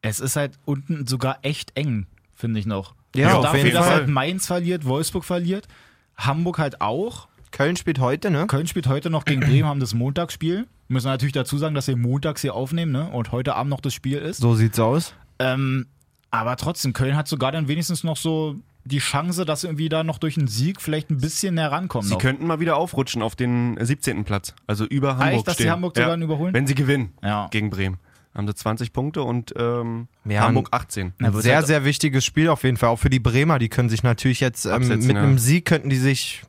[SPEAKER 2] es ist halt unten sogar echt eng, finde ich noch.
[SPEAKER 4] Ja,
[SPEAKER 2] also
[SPEAKER 4] auf
[SPEAKER 2] dafür,
[SPEAKER 4] jeden
[SPEAKER 2] dass
[SPEAKER 4] Fall.
[SPEAKER 2] halt Mainz verliert, Wolfsburg verliert, Hamburg halt auch.
[SPEAKER 4] Köln spielt heute, ne?
[SPEAKER 2] Köln spielt heute noch gegen Bremen, haben das Montagsspiel. Müssen natürlich dazu sagen, dass wir montags hier aufnehmen, ne? Und heute Abend noch das Spiel ist.
[SPEAKER 4] So sieht's aus.
[SPEAKER 2] Ähm, aber trotzdem, Köln hat sogar dann wenigstens noch so die Chance, dass sie irgendwie da noch durch einen Sieg vielleicht ein bisschen näher rankommen.
[SPEAKER 3] Sie
[SPEAKER 2] noch.
[SPEAKER 3] könnten mal wieder aufrutschen auf den 17. Platz. Also über
[SPEAKER 2] Ah, echt,
[SPEAKER 3] Hamburg.
[SPEAKER 2] dass die
[SPEAKER 3] stehen.
[SPEAKER 2] Hamburg sogar überholen?
[SPEAKER 3] Wenn sie gewinnen
[SPEAKER 2] Ja.
[SPEAKER 3] gegen Bremen. Haben sie 20 Punkte und ähm,
[SPEAKER 4] Ja,
[SPEAKER 3] Hamburg 18.
[SPEAKER 2] Na, wird
[SPEAKER 4] Sehr,
[SPEAKER 2] halt-
[SPEAKER 4] sehr wichtiges Spiel auf jeden Fall. Auch für die Bremer, die können sich natürlich jetzt ähm,
[SPEAKER 3] Absetzen,
[SPEAKER 4] mit
[SPEAKER 3] ja.
[SPEAKER 4] einem Sieg könnten die sich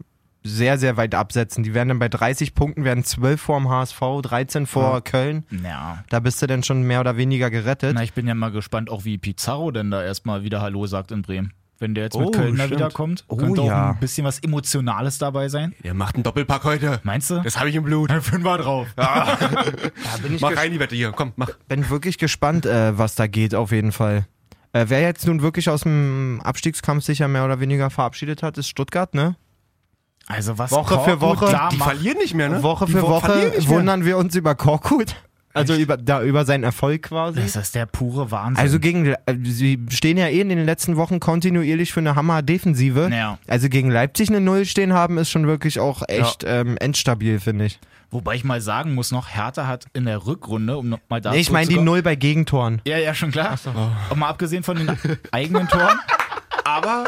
[SPEAKER 4] sehr, sehr weit absetzen. Die werden dann bei 30 Punkten, werden 12 vor dem HSV, 13 vor Köln.
[SPEAKER 2] Ja.
[SPEAKER 4] Da bist du dann schon mehr oder weniger gerettet.
[SPEAKER 2] Na, ich bin ja mal gespannt, auch wie Pizarro denn da erstmal wieder Hallo sagt in Bremen. Wenn der jetzt mit
[SPEAKER 3] Oh,
[SPEAKER 2] Köln da
[SPEAKER 3] stimmt.
[SPEAKER 2] wiederkommt,
[SPEAKER 4] Oh,
[SPEAKER 2] könnte auch
[SPEAKER 4] ja.
[SPEAKER 2] ein bisschen was Emotionales dabei sein.
[SPEAKER 3] Der macht einen Doppelpack heute.
[SPEAKER 2] Meinst du?
[SPEAKER 3] Das habe ich im Blut.
[SPEAKER 2] Fünfer drauf.
[SPEAKER 4] bin, ich
[SPEAKER 3] Mach
[SPEAKER 4] ges-
[SPEAKER 3] rein die Wette hier. Komm, mach.
[SPEAKER 4] bin wirklich gespannt, äh, was da geht auf jeden Fall. Äh, wer jetzt nun wirklich aus dem Abstiegskampf sicher mehr oder weniger verabschiedet hat, ist Stuttgart, ne?
[SPEAKER 2] Also was
[SPEAKER 4] Woche für
[SPEAKER 2] Korkut
[SPEAKER 4] Woche,
[SPEAKER 2] da
[SPEAKER 3] Die
[SPEAKER 2] macht-
[SPEAKER 3] verlieren nicht mehr, ne?
[SPEAKER 4] Ah, Woche
[SPEAKER 3] die
[SPEAKER 4] für
[SPEAKER 3] wo- verlieren
[SPEAKER 4] Woche
[SPEAKER 3] nicht mehr.
[SPEAKER 4] wundern wir uns über Korkut. Also über, da, über seinen Erfolg quasi.
[SPEAKER 2] Das ist der pure Wahnsinn.
[SPEAKER 4] Also gegen, äh, sie stehen ja eh in den letzten Wochen kontinuierlich für eine Hammer-Defensive.
[SPEAKER 2] Ja.
[SPEAKER 4] Also gegen Leipzig eine Null stehen haben, ist schon wirklich auch echt ähm, endstabil, finde ich.
[SPEAKER 2] Wobei ich mal sagen muss noch, Hertha hat in der Rückrunde, um noch mal da
[SPEAKER 4] Nee, ich meine die
[SPEAKER 2] zurückzukommen-
[SPEAKER 4] Null bei Gegentoren.
[SPEAKER 2] Ja, ja, schon klar. Und mal abgesehen von den eigenen Toren. Aber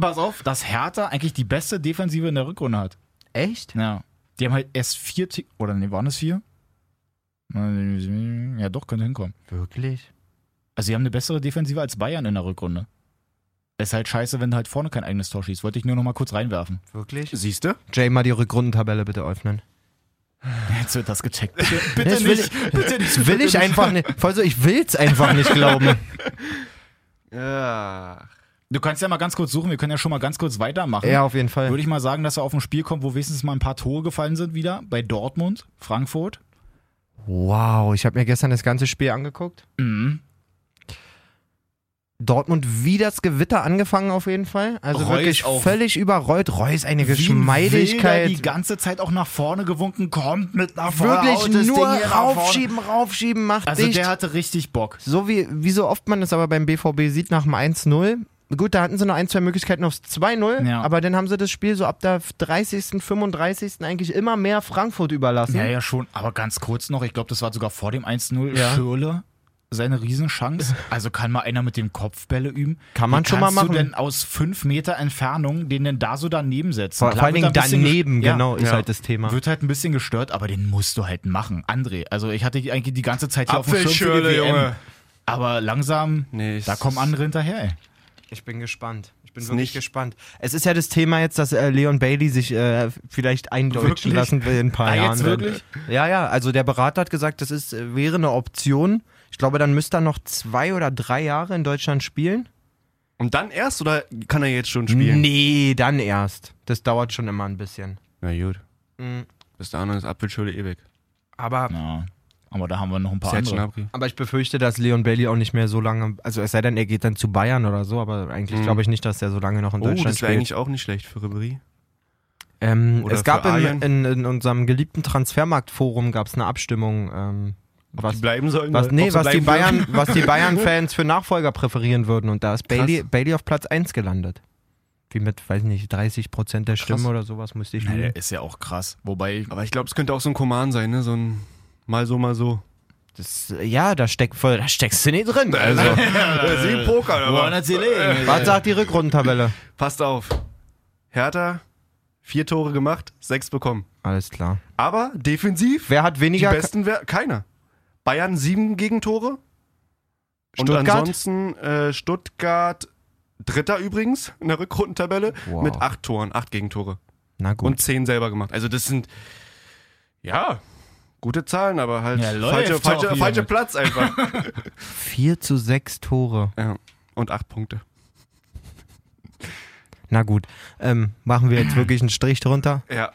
[SPEAKER 2] pass auf, dass Hertha eigentlich die beste Defensive in der Rückrunde hat.
[SPEAKER 4] Echt?
[SPEAKER 2] Ja. Die haben halt erst vier, Ti- oder nee, waren es vier? Ja, doch, könnte hinkommen.
[SPEAKER 4] Wirklich?
[SPEAKER 2] Also, sie haben eine bessere Defensive als Bayern in der Rückrunde. Ist halt scheiße, wenn du halt vorne kein eigenes Tor schießt. Wollte ich nur noch mal kurz reinwerfen.
[SPEAKER 4] Wirklich?
[SPEAKER 3] Siehst du?
[SPEAKER 4] Jay, mal die Rückrundentabelle bitte öffnen.
[SPEAKER 2] Jetzt wird das gecheckt. Bitte, bitte
[SPEAKER 4] Das will
[SPEAKER 2] nicht. bitte nicht.
[SPEAKER 4] Will ich einfach nicht. Voll so, ich will's einfach nicht glauben.
[SPEAKER 3] Ja.
[SPEAKER 2] Du kannst ja mal ganz kurz suchen. Wir können ja schon mal ganz kurz weitermachen.
[SPEAKER 4] ja, auf jeden Fall.
[SPEAKER 2] Würde ich mal sagen, dass er auf ein Spiel kommt, wo wenigstens mal ein paar Tore gefallen sind wieder. Bei Dortmund, Frankfurt.
[SPEAKER 4] Wow, ich habe mir gestern das ganze Spiel angeguckt.
[SPEAKER 2] Mhm.
[SPEAKER 4] Dortmund wie das Gewitter angefangen auf jeden Fall. Also
[SPEAKER 2] Reus
[SPEAKER 4] wirklich
[SPEAKER 2] auch.
[SPEAKER 4] völlig überrollt. Reus eine
[SPEAKER 2] Wie ein Wilder
[SPEAKER 4] Geschmeidigkeit.
[SPEAKER 2] die ganze Zeit auch nach vorne gewunken, kommt mit nach vorne.
[SPEAKER 4] wirklich
[SPEAKER 2] haut das
[SPEAKER 4] nur
[SPEAKER 2] Ding hier nach vorne.
[SPEAKER 4] raufschieben, raufschieben, macht
[SPEAKER 2] Also
[SPEAKER 4] dicht.
[SPEAKER 2] der hatte richtig Bock.
[SPEAKER 4] so wie, wie so oft man das aber beim BVB sieht nach dem 1-0. Gut, da hatten sie noch ein, zwei Möglichkeiten aufs 2-0,
[SPEAKER 2] Ja.
[SPEAKER 4] aber dann haben sie das Spiel so ab der 30., 35. eigentlich immer mehr Frankfurt überlassen.
[SPEAKER 2] Ja, ja, schon. Aber ganz kurz noch, ich glaube, das war sogar vor dem 1-0.
[SPEAKER 4] Ja.
[SPEAKER 2] Schürle, seine Riesenchance. Also kann mal einer mit dem Kopfbälle üben.
[SPEAKER 4] Kann man
[SPEAKER 2] Wie
[SPEAKER 4] schon mal
[SPEAKER 2] kannst
[SPEAKER 4] machen.
[SPEAKER 2] du denn aus fünf Meter Entfernung den denn da so daneben setzen?
[SPEAKER 4] Vor, vor
[SPEAKER 2] Klar
[SPEAKER 4] allen
[SPEAKER 2] wird
[SPEAKER 4] Dingen
[SPEAKER 2] da ein bisschen
[SPEAKER 4] daneben,
[SPEAKER 2] ges- Ja.
[SPEAKER 4] genau, ist
[SPEAKER 3] ja.
[SPEAKER 4] halt das Thema.
[SPEAKER 2] Wird halt ein bisschen gestört, aber den musst du halt machen. André, also ich hatte die eigentlich die ganze Zeit hier auf dem Schirm für die
[SPEAKER 3] Apfelschürle,
[SPEAKER 2] WM,
[SPEAKER 3] Junge.
[SPEAKER 2] Aber langsam,
[SPEAKER 3] Nee, es
[SPEAKER 2] da kommen
[SPEAKER 3] ist-
[SPEAKER 2] andere hinterher. Ey.
[SPEAKER 4] Ich bin gespannt. Ich Ich bin
[SPEAKER 3] Ist
[SPEAKER 4] wirklich
[SPEAKER 3] nicht-
[SPEAKER 4] gespannt. Es ist ja das Thema jetzt, dass äh, Leon Bailey sich äh, vielleicht eindeutschen
[SPEAKER 2] Wirklich?
[SPEAKER 4] lassen will in ein paar
[SPEAKER 2] Ah,
[SPEAKER 4] Jahren.
[SPEAKER 2] jetzt wirklich?
[SPEAKER 4] Ja, ja. Also der Berater hat gesagt, das ist, äh, wäre eine Option. Ich glaube, dann müsste er noch zwei oder drei Jahre in Deutschland spielen.
[SPEAKER 3] Und dann erst oder kann er jetzt schon spielen?
[SPEAKER 4] Nee, dann erst. Das dauert schon immer ein bisschen.
[SPEAKER 3] Na gut.
[SPEAKER 4] Mhm.
[SPEAKER 3] Bis dahin ist eh Apfelschule ewig.
[SPEAKER 4] Aber,
[SPEAKER 2] Ja. Aber da haben wir noch ein paar andere.
[SPEAKER 3] Abri.
[SPEAKER 4] aber ich befürchte, dass Leon Bailey auch nicht mehr so lange, also es sei denn, er geht dann zu Bayern oder so, aber eigentlich glaube ich nicht, dass er so lange noch in
[SPEAKER 3] Mhm. Oh,
[SPEAKER 4] Deutschland
[SPEAKER 3] das wäre
[SPEAKER 4] spielt.
[SPEAKER 3] eigentlich auch nicht schlecht für Ribéry.
[SPEAKER 4] Ähm,
[SPEAKER 3] Oder
[SPEAKER 4] es gab
[SPEAKER 3] für
[SPEAKER 4] in,
[SPEAKER 3] Ayen?
[SPEAKER 4] in, in unserem geliebten Transfermarktforum gab es eine Abstimmung, ähm, was,
[SPEAKER 3] bleiben sollen.
[SPEAKER 4] was,
[SPEAKER 3] ob
[SPEAKER 4] nee,
[SPEAKER 3] sie
[SPEAKER 4] was, die
[SPEAKER 3] bleiben
[SPEAKER 4] Bayern,
[SPEAKER 3] dürfen.
[SPEAKER 4] was die Bayern-Fans für Nachfolger präferieren würden. Und da ist Bailey, Bailey auf Platz 1 gelandet. Wie mit, weiß nicht, 30 Prozent der Stimmen oder sowas müsste ich
[SPEAKER 2] Na,
[SPEAKER 4] lügen.
[SPEAKER 2] der ist ja auch krass. Wobei,
[SPEAKER 3] Aber ich glaube, es könnte auch so ein Kommand sein, ne? So ein mal so, mal so.
[SPEAKER 4] Das, äh, ja, da, steckt voll, da steckst du nicht drin. Also.
[SPEAKER 3] Äh, Sie im Poker,
[SPEAKER 2] woran hat's gelegen?
[SPEAKER 3] äh.
[SPEAKER 4] Was sagt die Rückrundentabelle?
[SPEAKER 3] Passt auf. Hertha, vier Tore gemacht, sechs bekommen.
[SPEAKER 4] Alles klar.
[SPEAKER 3] Aber defensiv,
[SPEAKER 4] Wer hat
[SPEAKER 3] die
[SPEAKER 4] weniger?
[SPEAKER 3] besten wär, keiner. Bayern sieben Gegentore. Und
[SPEAKER 4] Stuttgart?
[SPEAKER 3] ansonsten äh, Stuttgart Dritter übrigens in der Rückrundentabelle
[SPEAKER 4] Wow.
[SPEAKER 3] mit acht Toren, acht Gegentore
[SPEAKER 4] Na gut.
[SPEAKER 3] und zehn selber gemacht. Also das sind ja gute Zahlen, aber halt
[SPEAKER 2] Ja, läuft
[SPEAKER 3] falsche,
[SPEAKER 2] doch
[SPEAKER 3] falsche,
[SPEAKER 2] hier
[SPEAKER 3] falsche
[SPEAKER 2] mit.
[SPEAKER 3] Platz einfach.
[SPEAKER 4] 4 zu 6 Tore.
[SPEAKER 3] ja. Und acht Punkte.
[SPEAKER 4] Na gut. Ähm, machen wir jetzt wirklich einen Strich drunter?
[SPEAKER 3] Ja,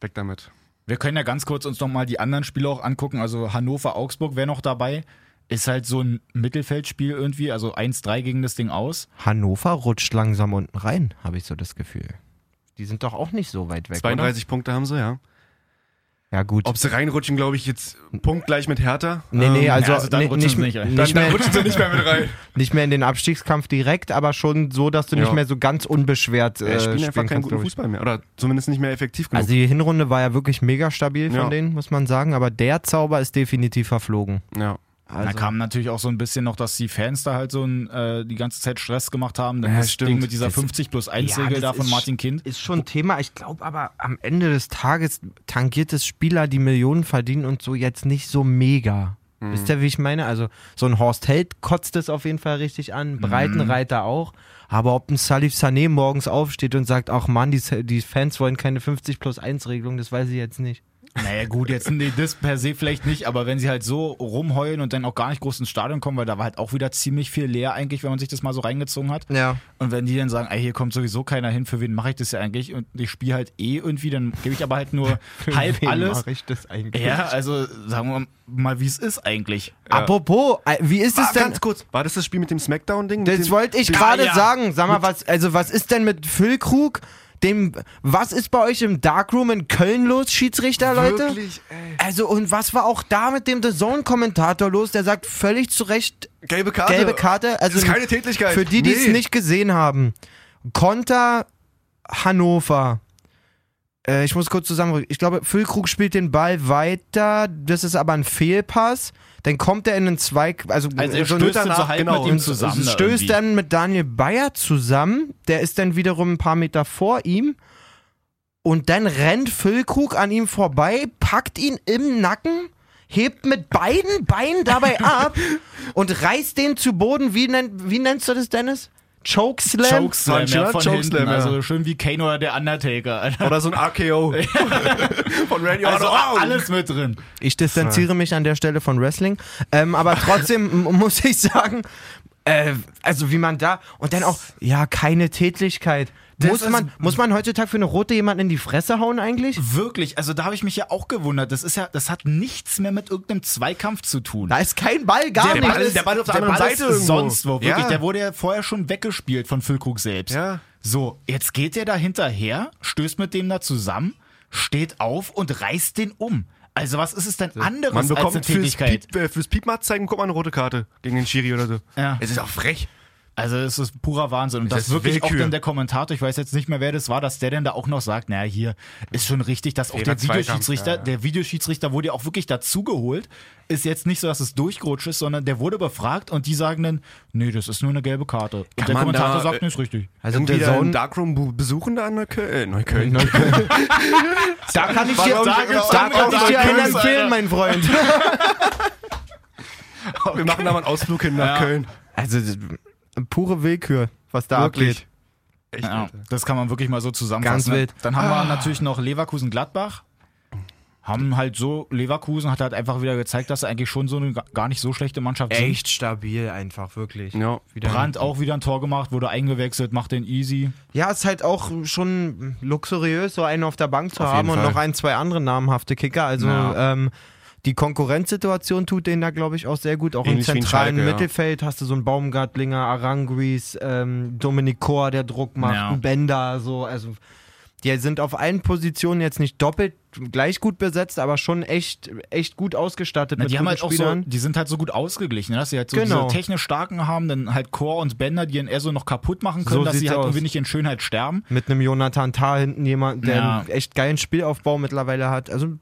[SPEAKER 3] weg damit.
[SPEAKER 2] Wir können ja ganz kurz uns nochmal die anderen Spiele auch angucken. Also Hannover, Augsburg wäre noch dabei. Ist halt so ein Mittelfeldspiel irgendwie, also 1-3 gegen das Ding aus.
[SPEAKER 4] Hannover rutscht langsam unten rein, habe ich so das Gefühl. Die sind doch auch nicht so weit weg.
[SPEAKER 3] 32 Punkte haben sie, ja.
[SPEAKER 4] Oder? Ja, gut.
[SPEAKER 3] Ob sie reinrutschen, glaube ich, jetzt punktgleich mit Hertha. Äh,
[SPEAKER 4] nee, nee,
[SPEAKER 2] ähm,
[SPEAKER 4] also,
[SPEAKER 2] ja, also dann
[SPEAKER 4] nee,
[SPEAKER 2] rutschen
[SPEAKER 4] nicht,
[SPEAKER 2] sie
[SPEAKER 4] mehr-
[SPEAKER 2] nicht rein.
[SPEAKER 3] Dann,
[SPEAKER 4] nicht,
[SPEAKER 3] dann
[SPEAKER 4] mehr, Äh,
[SPEAKER 3] rutschen sie nicht mehr mit rein.
[SPEAKER 4] nicht mehr in den Abstiegskampf direkt, aber schon so, dass du nicht
[SPEAKER 3] Ja.
[SPEAKER 4] mehr so ganz unbeschwert
[SPEAKER 3] Ja,
[SPEAKER 4] äh,
[SPEAKER 3] ich spielen
[SPEAKER 4] spielen
[SPEAKER 3] einfach keinen
[SPEAKER 4] kannst.
[SPEAKER 3] guten
[SPEAKER 4] glaub ich.
[SPEAKER 3] Fußball mehr. Oder zumindest nicht mehr effektiv genug.
[SPEAKER 4] Also die Hinrunde war ja wirklich mega stabil von
[SPEAKER 3] Ja.
[SPEAKER 4] denen, muss man sagen, aber der Zauber ist definitiv verflogen.
[SPEAKER 3] ja.
[SPEAKER 2] da kam natürlich auch so ein bisschen noch, dass die Fans da halt so ein, äh, die ganze Zeit Stress gemacht haben. Dann
[SPEAKER 3] Ja,
[SPEAKER 2] das
[SPEAKER 3] stimmt.
[SPEAKER 2] Ding mit dieser
[SPEAKER 4] Das-
[SPEAKER 2] 50 plus 1
[SPEAKER 4] Ja,
[SPEAKER 2] Regel
[SPEAKER 4] das
[SPEAKER 2] da von
[SPEAKER 4] ist-
[SPEAKER 2] Martin Kind.
[SPEAKER 4] Ist schon ein Thema. Ich glaube aber, am Ende des Tages tangiert es Spieler, die Millionen verdienen und so jetzt nicht so mega.
[SPEAKER 2] Mhm.
[SPEAKER 4] Wisst ihr, wie ich meine? Also, so ein Horst Held kotzt es auf jeden Fall richtig
[SPEAKER 2] Mhm.
[SPEAKER 4] an, Breitenreiter auch. Aber ob ein Salif Sané morgens aufsteht und sagt, ach Mann, die, die Fans wollen keine 50 plus 1 Regelung, das weiß ich jetzt nicht.
[SPEAKER 2] Naja, gut, jetzt nee, das per se vielleicht nicht, aber wenn sie halt so rumheulen und dann auch gar nicht groß ins Stadion kommen, weil da war halt auch wieder ziemlich viel leer eigentlich, wenn man sich das mal so reingezogen hat.
[SPEAKER 4] Ja.
[SPEAKER 2] Und wenn die dann sagen, ey, hier kommt sowieso keiner hin, für wen mache ich das ja eigentlich? Und ich spiele halt eh irgendwie, dann gebe ich aber halt nur halb alles.
[SPEAKER 4] ich das eigentlich?
[SPEAKER 2] Ja, also sagen wir mal, wie es ist eigentlich.
[SPEAKER 4] Apropos, äh, wie ist es
[SPEAKER 3] Ah,
[SPEAKER 4] denn?
[SPEAKER 3] ganz kurz. War das das Spiel mit dem Smackdown-Ding? Mit
[SPEAKER 4] Das
[SPEAKER 3] dem-
[SPEAKER 4] wollte ich
[SPEAKER 2] Ah,
[SPEAKER 4] gerade
[SPEAKER 2] ja.
[SPEAKER 4] sagen. Sag mal, was, also was ist denn mit Füllkrug? Dem, was ist bei euch im Darkroom in Köln los, Schiedsrichter, Leute?
[SPEAKER 3] Wirklich, ey.
[SPEAKER 4] Also, und was war auch da mit dem The Zone-Kommentator los? Der sagt völlig zu Recht
[SPEAKER 3] Gelbe Karte.
[SPEAKER 4] gelbe Karte. Also
[SPEAKER 3] ist keine Tätlichkeit.
[SPEAKER 4] Für die, die es
[SPEAKER 3] Nee.
[SPEAKER 4] nicht gesehen haben. Konter Hannover. Äh, ich muss kurz zusammenrücken. Ich glaube, Füllkrug spielt den Ball weiter. Das ist aber ein Fehlpass. Dann kommt er in einen Zweig. Also,
[SPEAKER 2] Also er
[SPEAKER 4] so ein-
[SPEAKER 2] stößt dann
[SPEAKER 3] danach,
[SPEAKER 2] so halb
[SPEAKER 3] genau,
[SPEAKER 2] mit ihm
[SPEAKER 3] und
[SPEAKER 2] zusammen. da
[SPEAKER 4] stößt
[SPEAKER 2] irgendwie.
[SPEAKER 4] dann mit Daniel Bayer zusammen. Der ist dann wiederum ein paar Meter vor ihm. Und dann rennt Füllkrug an ihm vorbei, packt ihn im Nacken, hebt mit beiden Beinen dabei ab und reißt den zu Boden. Wie, nenn, wie nennst du das, Dennis? Chokeslam?
[SPEAKER 2] Chokeslam, ja, von
[SPEAKER 3] Chokeslam,
[SPEAKER 2] hinten.
[SPEAKER 3] ja.
[SPEAKER 2] Also schön wie Kane oder der Undertaker. Also Alter.
[SPEAKER 3] Oder so ein RKO. Von Randy
[SPEAKER 2] Also
[SPEAKER 3] Orton.
[SPEAKER 2] alles mit drin.
[SPEAKER 4] Ich distanziere mich an der Stelle von Wrestling. Ähm, aber trotzdem m- muss ich sagen, äh, also wie man da und dann auch, ja, keine Tätlichkeit. Muss
[SPEAKER 2] ist-
[SPEAKER 4] man, muss man heutzutage für eine rote jemanden in die Fresse hauen eigentlich?
[SPEAKER 2] Wirklich, also da habe ich mich ja auch gewundert. Das ist ja, das hat nichts mehr mit irgendeinem Zweikampf zu tun.
[SPEAKER 4] Da ist kein Ball, gar
[SPEAKER 3] Der
[SPEAKER 4] nichts.
[SPEAKER 3] Ball ist- der Ball auf der
[SPEAKER 2] der
[SPEAKER 3] anderen
[SPEAKER 2] Ball
[SPEAKER 3] Seite
[SPEAKER 2] ist
[SPEAKER 3] irgendwo.
[SPEAKER 2] sonst wo, wirklich.
[SPEAKER 3] Ja.
[SPEAKER 2] Der wurde ja vorher schon weggespielt von Füllkrug selbst.
[SPEAKER 3] Ja.
[SPEAKER 2] So, jetzt geht der da hinterher, stößt mit dem da zusammen, steht auf und reißt den um. Also was ist es denn anderes
[SPEAKER 3] Man
[SPEAKER 2] als eine
[SPEAKER 3] bekommt fürs,
[SPEAKER 2] Tätigkeit?
[SPEAKER 3] Piep, äh, fürs Piepmatz zeigen, guck mal, eine rote Karte gegen den Schiri oder so.
[SPEAKER 2] Ja.
[SPEAKER 3] Es ist auch frech.
[SPEAKER 2] Also es ist purer Wahnsinn. Und das,
[SPEAKER 3] ist
[SPEAKER 2] wirklich auch
[SPEAKER 3] Willkür.
[SPEAKER 2] dann der Kommentator, ich weiß jetzt nicht mehr, wer das war, dass der denn da auch noch sagt, naja, hier ist schon richtig, dass auch
[SPEAKER 3] Fehler
[SPEAKER 2] der
[SPEAKER 3] Zweikampf,
[SPEAKER 2] Videoschiedsrichter,
[SPEAKER 3] ja, ja.
[SPEAKER 2] der Videoschiedsrichter wurde ja auch wirklich dazugeholt. Ist jetzt nicht so, dass es durchgerutscht ist, sondern der wurde befragt und die sagen dann, nee, das ist nur eine gelbe Karte. Und der
[SPEAKER 3] man
[SPEAKER 2] Kommentator
[SPEAKER 3] da,
[SPEAKER 2] sagt,
[SPEAKER 3] äh,
[SPEAKER 2] nee, ist richtig.
[SPEAKER 4] Also
[SPEAKER 3] Irgendwie
[SPEAKER 4] der
[SPEAKER 3] da einen
[SPEAKER 4] Zone,
[SPEAKER 3] Darkroom bu- besuchen da in Neukölln. Äh, Neukölln.
[SPEAKER 4] da kann ich dir,
[SPEAKER 3] Warum-
[SPEAKER 4] da,
[SPEAKER 3] warum-
[SPEAKER 4] da kann ich
[SPEAKER 3] warum-
[SPEAKER 4] dir einen
[SPEAKER 3] Alter.
[SPEAKER 4] empfehlen, mein Freund.
[SPEAKER 3] Wir machen da mal einen Ausflug hin nach Köln.
[SPEAKER 4] Also das- pure Willkür, was da
[SPEAKER 3] Wirklich.
[SPEAKER 4] abgeht.
[SPEAKER 3] Echt,
[SPEAKER 2] Ja,
[SPEAKER 3] Alter.
[SPEAKER 2] das kann man wirklich mal so zusammenfassen.
[SPEAKER 4] Ganz wild.
[SPEAKER 2] Dann haben
[SPEAKER 3] Ah.
[SPEAKER 2] wir natürlich noch Leverkusen-Gladbach. Haben halt so, Leverkusen hat halt einfach wieder gezeigt, dass sie eigentlich schon so eine ga- gar nicht so schlechte Mannschaft sind.
[SPEAKER 4] Echt stabil einfach, wirklich.
[SPEAKER 3] Ja.
[SPEAKER 4] Wieder
[SPEAKER 2] Brandt auch wieder ein Tor gemacht, wurde eingewechselt, macht den easy.
[SPEAKER 4] Ja, ist halt auch schon luxuriös, so einen auf der Bank zu
[SPEAKER 3] Auf
[SPEAKER 4] haben und
[SPEAKER 3] jeden Fall.
[SPEAKER 4] noch ein, zwei andere namhafte Kicker. Also
[SPEAKER 2] Ja.
[SPEAKER 4] ähm, die Konkurrenzsituation tut denen da, glaube ich, auch sehr gut. Auch
[SPEAKER 3] Ähnlich wie
[SPEAKER 4] im
[SPEAKER 3] in
[SPEAKER 4] zentralen
[SPEAKER 3] Schalke, ja.
[SPEAKER 4] Mittelfeld hast du so einen Baumgartlinger, Arangris, ähm, Dominik Kor, der Druck macht,
[SPEAKER 2] Ja.
[SPEAKER 4] einen Bender, so. Also die sind auf allen Positionen jetzt nicht doppelt gleich gut besetzt, aber schon echt, echt gut ausgestattet
[SPEAKER 2] Na,
[SPEAKER 4] mit
[SPEAKER 2] die haben
[SPEAKER 4] guten
[SPEAKER 2] halt auch so,
[SPEAKER 4] Spielern.
[SPEAKER 2] die sind halt so gut ausgeglichen, ne, dass sie halt so
[SPEAKER 4] Genau.
[SPEAKER 2] diese technisch starken haben, dann halt Core und Bender, die in so noch kaputt machen können,
[SPEAKER 4] So
[SPEAKER 2] dass sie
[SPEAKER 4] sieht's
[SPEAKER 2] halt
[SPEAKER 4] aus.
[SPEAKER 2] irgendwie nicht in Schönheit sterben.
[SPEAKER 4] mit einem Jonathan Tah hinten jemand, der
[SPEAKER 2] Ja.
[SPEAKER 4] einen echt geilen Spielaufbau mittlerweile hat. Also